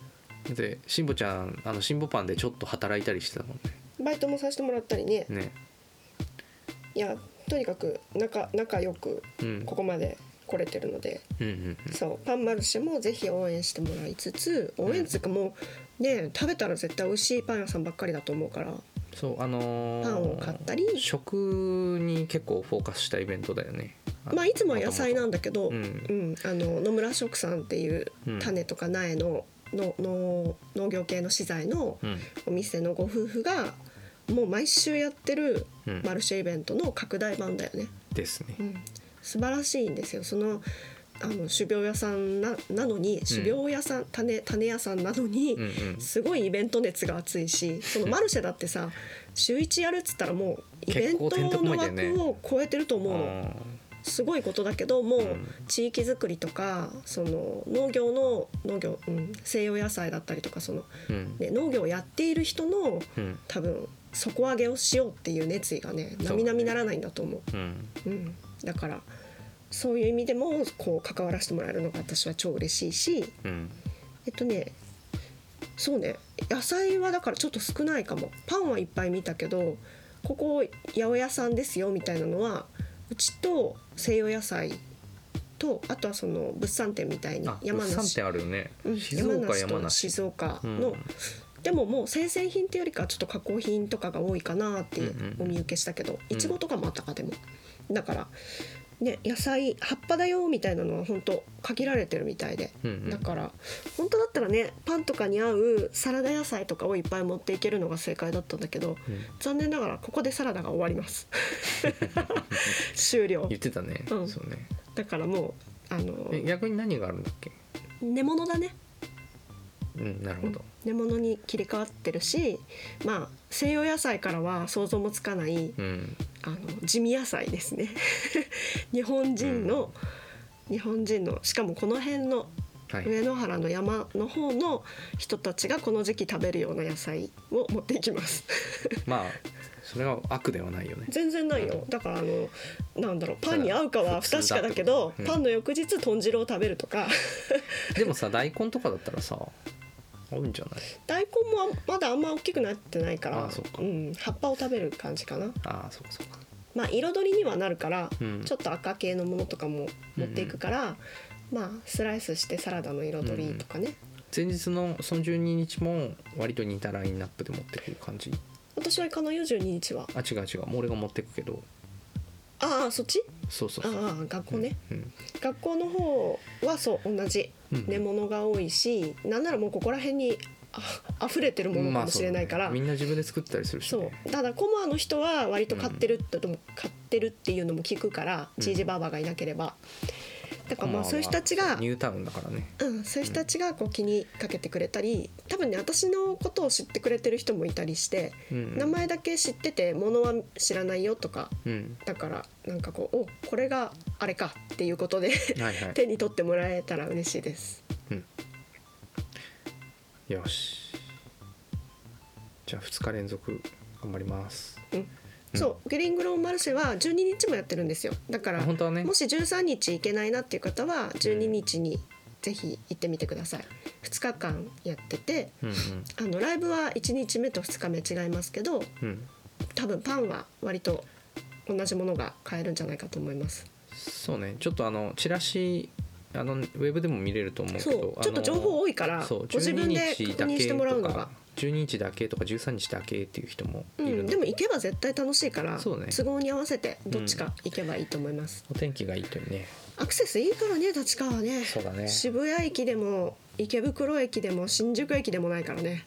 Speaker 1: うんでしんぼちゃんあのしんぼパンでちょっと働いたりしてたもん
Speaker 2: バイトもさせてもらったりね
Speaker 1: ねね
Speaker 2: いやとにかく仲仲良く
Speaker 1: うん
Speaker 2: ここまで来れてるので、
Speaker 1: うんうん
Speaker 2: そうパンマルシェもぜひ応援してもらいつつ応援っていうかもうね食べたら絶対美味しいパン屋さんばっかりだと思うから
Speaker 1: そうあのー
Speaker 2: パンを買ったり
Speaker 1: 食に結構フォーカスしたイベントだよねの
Speaker 2: まあいつもは野菜なん
Speaker 1: 元
Speaker 2: だけど、
Speaker 1: う
Speaker 2: うんんあの野村食さんっていう
Speaker 1: うん
Speaker 2: 種とか苗ののの農業系の資材の
Speaker 1: 々
Speaker 2: お店のご夫婦がもう毎週やってる
Speaker 1: うん、うん
Speaker 2: マルシェイベントの拡大版だよね、
Speaker 1: ですね
Speaker 2: うん、素晴らしいんですよそのあの種苗屋さんななのに種苗屋さん、種種屋さんなのに、
Speaker 1: うんうん
Speaker 2: すごいイベント熱が熱いしそのマルシェだってさ週1やるっつったらもうイベ
Speaker 1: 結
Speaker 2: ン
Speaker 1: 構てんて
Speaker 2: ト
Speaker 1: こま
Speaker 2: の
Speaker 1: いだよね
Speaker 2: 枠を超えてると思うの。
Speaker 1: あ
Speaker 2: すごいことだけどもう
Speaker 1: うん
Speaker 2: 地域づくりとかその農業の農業、うん、西洋野菜だったりとかその、
Speaker 1: ーうん
Speaker 2: ね、農業をやっている人の
Speaker 1: うん
Speaker 2: 多分底上げをしようっていう熱意がね
Speaker 1: そう
Speaker 2: 並々ならないんだと思う
Speaker 1: うん
Speaker 2: うん、だからそういう意味でもこう関わらせてもらえるのが私は超嬉しいし
Speaker 1: うん
Speaker 2: えっとねそうね野菜はだからちょっと少ないかもパンはいっぱい見たけどここ八百屋さんですよみたいなのはうちと西洋野菜とあとはその物産展みたいに
Speaker 1: あ
Speaker 2: 山
Speaker 1: 三
Speaker 2: 梨
Speaker 1: 点あるよね、
Speaker 2: うん
Speaker 1: 静岡山
Speaker 2: と
Speaker 1: 梨
Speaker 2: 静岡
Speaker 1: う
Speaker 2: の、
Speaker 1: ん
Speaker 2: でももう生鮮品っていうよりかはちょっと加工品とかが多いかなっていう
Speaker 1: うんうんうん
Speaker 2: お見受けしたけど
Speaker 1: うん
Speaker 2: いちごとかもあったかでもだから、ね、野菜葉っぱだよみたいなのは本当限られてるみたいで。
Speaker 1: うんうん
Speaker 2: だから本当だったらねパンとかに合うサラダ野菜とかをいっぱい持っていけるのが正解だったんだけど
Speaker 1: うん
Speaker 2: 残念ながらここでサラダが終わります 終了
Speaker 1: 言ってたね、
Speaker 2: うん
Speaker 1: そうね
Speaker 2: だからもうあの
Speaker 1: え逆に何があるんだっけ
Speaker 2: 根物だね
Speaker 1: うんなるほど、
Speaker 2: 根物に切り替わってるしまあ西洋野菜からは想像もつかない
Speaker 1: うん
Speaker 2: あの地味野菜ですね 日本人の、日本人のしかもこの辺の
Speaker 1: はい、
Speaker 2: 上野原の山の方の人たちがこの時期食べるような野菜を持っていき ます。
Speaker 1: まあそれは悪ではない よね
Speaker 2: 全然ないよ。だからあのなんだろうパンに合うかは不
Speaker 1: そう
Speaker 2: 確
Speaker 1: だ
Speaker 2: かだけど
Speaker 1: 普通だってこと、うん
Speaker 2: パンの翌日豚汁を食べるとか、
Speaker 1: でもさ大根とかだったらさ合うんじゃない
Speaker 2: 大根もあまだあんま大きくなってないから、
Speaker 1: あそうか
Speaker 2: ん葉っぱを食べる感じかな。
Speaker 1: ああそうかそうか
Speaker 2: まあ彩りにはなるから、
Speaker 1: うん
Speaker 2: ちょっと赤系のものとかも持っていくから、まあスライスしてサラダの彩りとかね。
Speaker 1: 前日のその12日も割と似たラインナップで持ってくる感じ
Speaker 2: 私は行かないよ12日は。
Speaker 1: あ違う違うもう俺が持ってくけど
Speaker 2: ああそっち？
Speaker 1: そうそう
Speaker 2: あ
Speaker 1: そう
Speaker 2: あ学校ね。
Speaker 1: うん
Speaker 2: 学校の方はそう同じ
Speaker 1: うん
Speaker 2: 根物が多いし、なんならもうここら辺にあ溢れてるもの
Speaker 1: ま
Speaker 2: か
Speaker 1: あ
Speaker 2: も
Speaker 1: そうだ
Speaker 2: しれ
Speaker 1: ね
Speaker 2: ないから、
Speaker 1: みんな自分で作ったりするし
Speaker 2: そう
Speaker 1: ね
Speaker 2: ただコモアの人は割と買ってるって、も買ってるっていうのも聞くから、
Speaker 1: うん
Speaker 2: チージバーバーがいなければだから
Speaker 1: ま
Speaker 2: ま
Speaker 1: あ
Speaker 2: あ
Speaker 1: まあ
Speaker 2: そういう人たちが、
Speaker 1: ニュータウンだからね
Speaker 2: うん、そういう人たちがこう気にかけてくれたり多分ね私のことを知ってくれてる人もいたりして、
Speaker 1: うん
Speaker 2: 名前だけ知ってて物は知らないよとか
Speaker 1: うん
Speaker 2: だからなんかこうおこれがあれかっていうことで
Speaker 1: はいはい
Speaker 2: 手に取ってもらえたら嬉しいです。
Speaker 1: よしじゃあ2日連続頑張ります
Speaker 2: うんそうグリーングローンマルシェは12日もやってるんですよだから
Speaker 1: あ本当はね
Speaker 2: もし13日行けないなっていう方は12日にぜひ行ってみてください2日間やってて
Speaker 1: うんうん
Speaker 2: あのライブは1日目と2日目違いますけど
Speaker 1: うん
Speaker 2: 多分パンは割と同じものが買えるんじゃないかと思います。
Speaker 1: そうねちょっとあのチラシあのウェブでも見れると思うけ
Speaker 2: そ
Speaker 1: ど
Speaker 2: う
Speaker 1: あの
Speaker 2: ちょっと情報多いから
Speaker 1: そう
Speaker 2: ご自分で
Speaker 1: 12日
Speaker 2: 確
Speaker 1: だ
Speaker 2: 認し
Speaker 1: け
Speaker 2: てもらう
Speaker 1: と
Speaker 2: のが
Speaker 1: か。12日だけとか13日だけっていう人もいうるので,、
Speaker 2: ん、でも行けば絶対楽しいから、
Speaker 1: そうね
Speaker 2: 都合に合わせてどっちか行けばいいと思います、
Speaker 1: お天気がいいといいね
Speaker 2: アクセスいいからね立川はね
Speaker 1: そうだね
Speaker 2: 渋谷駅でも池袋駅でも新宿駅でもないからね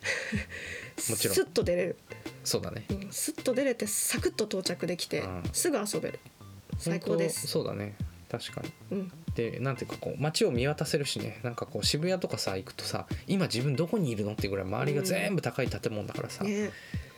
Speaker 1: もちろん
Speaker 2: スッと出れる、
Speaker 1: そうだね
Speaker 2: うん、スッと出れてサクッと到着できて、
Speaker 1: うん
Speaker 2: すぐ遊べる最高です、
Speaker 1: 本当そうだね確かに
Speaker 2: うん、
Speaker 1: でなんていうかこう街を見渡せるしねなんかこう渋谷とかさ行くとさ今自分どこにいるのってぐらい周りが全部高い建物だからさ、
Speaker 2: ね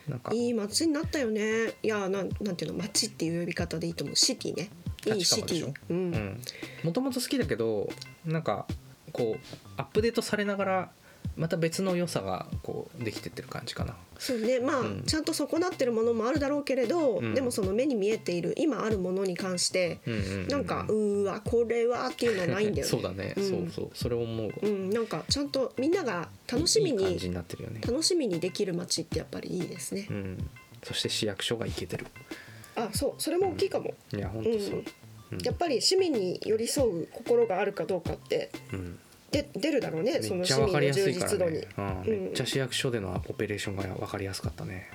Speaker 1: なんか
Speaker 2: いい街になったよねいやなんなんていうの街っていう呼び方でいいと思うシティねいいシテ
Speaker 1: 立川
Speaker 2: ィ
Speaker 1: でし、
Speaker 2: う
Speaker 1: うんんもともと好きだけどなんかこうアップデートされながらまた別の良さがこうできてってる感じかな
Speaker 2: そうねまあ、
Speaker 1: うん
Speaker 2: ちゃんと損なってるものもあるだろうけれど、
Speaker 1: うん
Speaker 2: でもその目に見えている今あるものに関して、
Speaker 1: うんうんうん
Speaker 2: なんかうーわこれはっていうのはないんだよ ね
Speaker 1: そうだね、
Speaker 2: うん
Speaker 1: そうそうそれを思うわ
Speaker 2: うん、なんかちゃんとみんなが楽しみに
Speaker 1: いい感じになってるよね、
Speaker 2: 楽しみにできる街ってやっぱりいいですね
Speaker 1: う、ん、そして市役所がいけてる
Speaker 2: あそうそれも大きいかも、
Speaker 1: いや本
Speaker 2: うん
Speaker 1: 当そう、うん
Speaker 2: やっぱり市民に寄り添う心があるかどうかって
Speaker 1: うん、
Speaker 2: で出るだろうねそ
Speaker 1: めっ
Speaker 2: の
Speaker 1: ちゃ
Speaker 2: 市
Speaker 1: わ
Speaker 2: 民
Speaker 1: か
Speaker 2: の
Speaker 1: りやす
Speaker 2: 充
Speaker 1: いから
Speaker 2: 実度に
Speaker 1: ね、うん
Speaker 2: うん
Speaker 1: めっちゃ市役所でのオペレーションが分かりやすかったね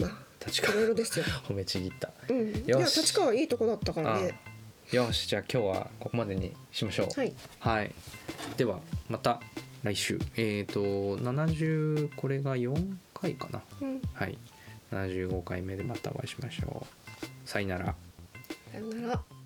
Speaker 2: まあ
Speaker 1: 立
Speaker 2: い
Speaker 1: 川
Speaker 2: ろいろですよ、
Speaker 1: 褒めちぎった
Speaker 2: うん、いや
Speaker 1: よし
Speaker 2: 立川いいとこだったからね
Speaker 1: うんよしじゃあ今日はここまでにしましょう
Speaker 2: はい
Speaker 1: はいではまた来週えっ、と70これが4回かな
Speaker 2: うん
Speaker 1: はい75回目でまたお会いしましょうさよなら
Speaker 2: さよなら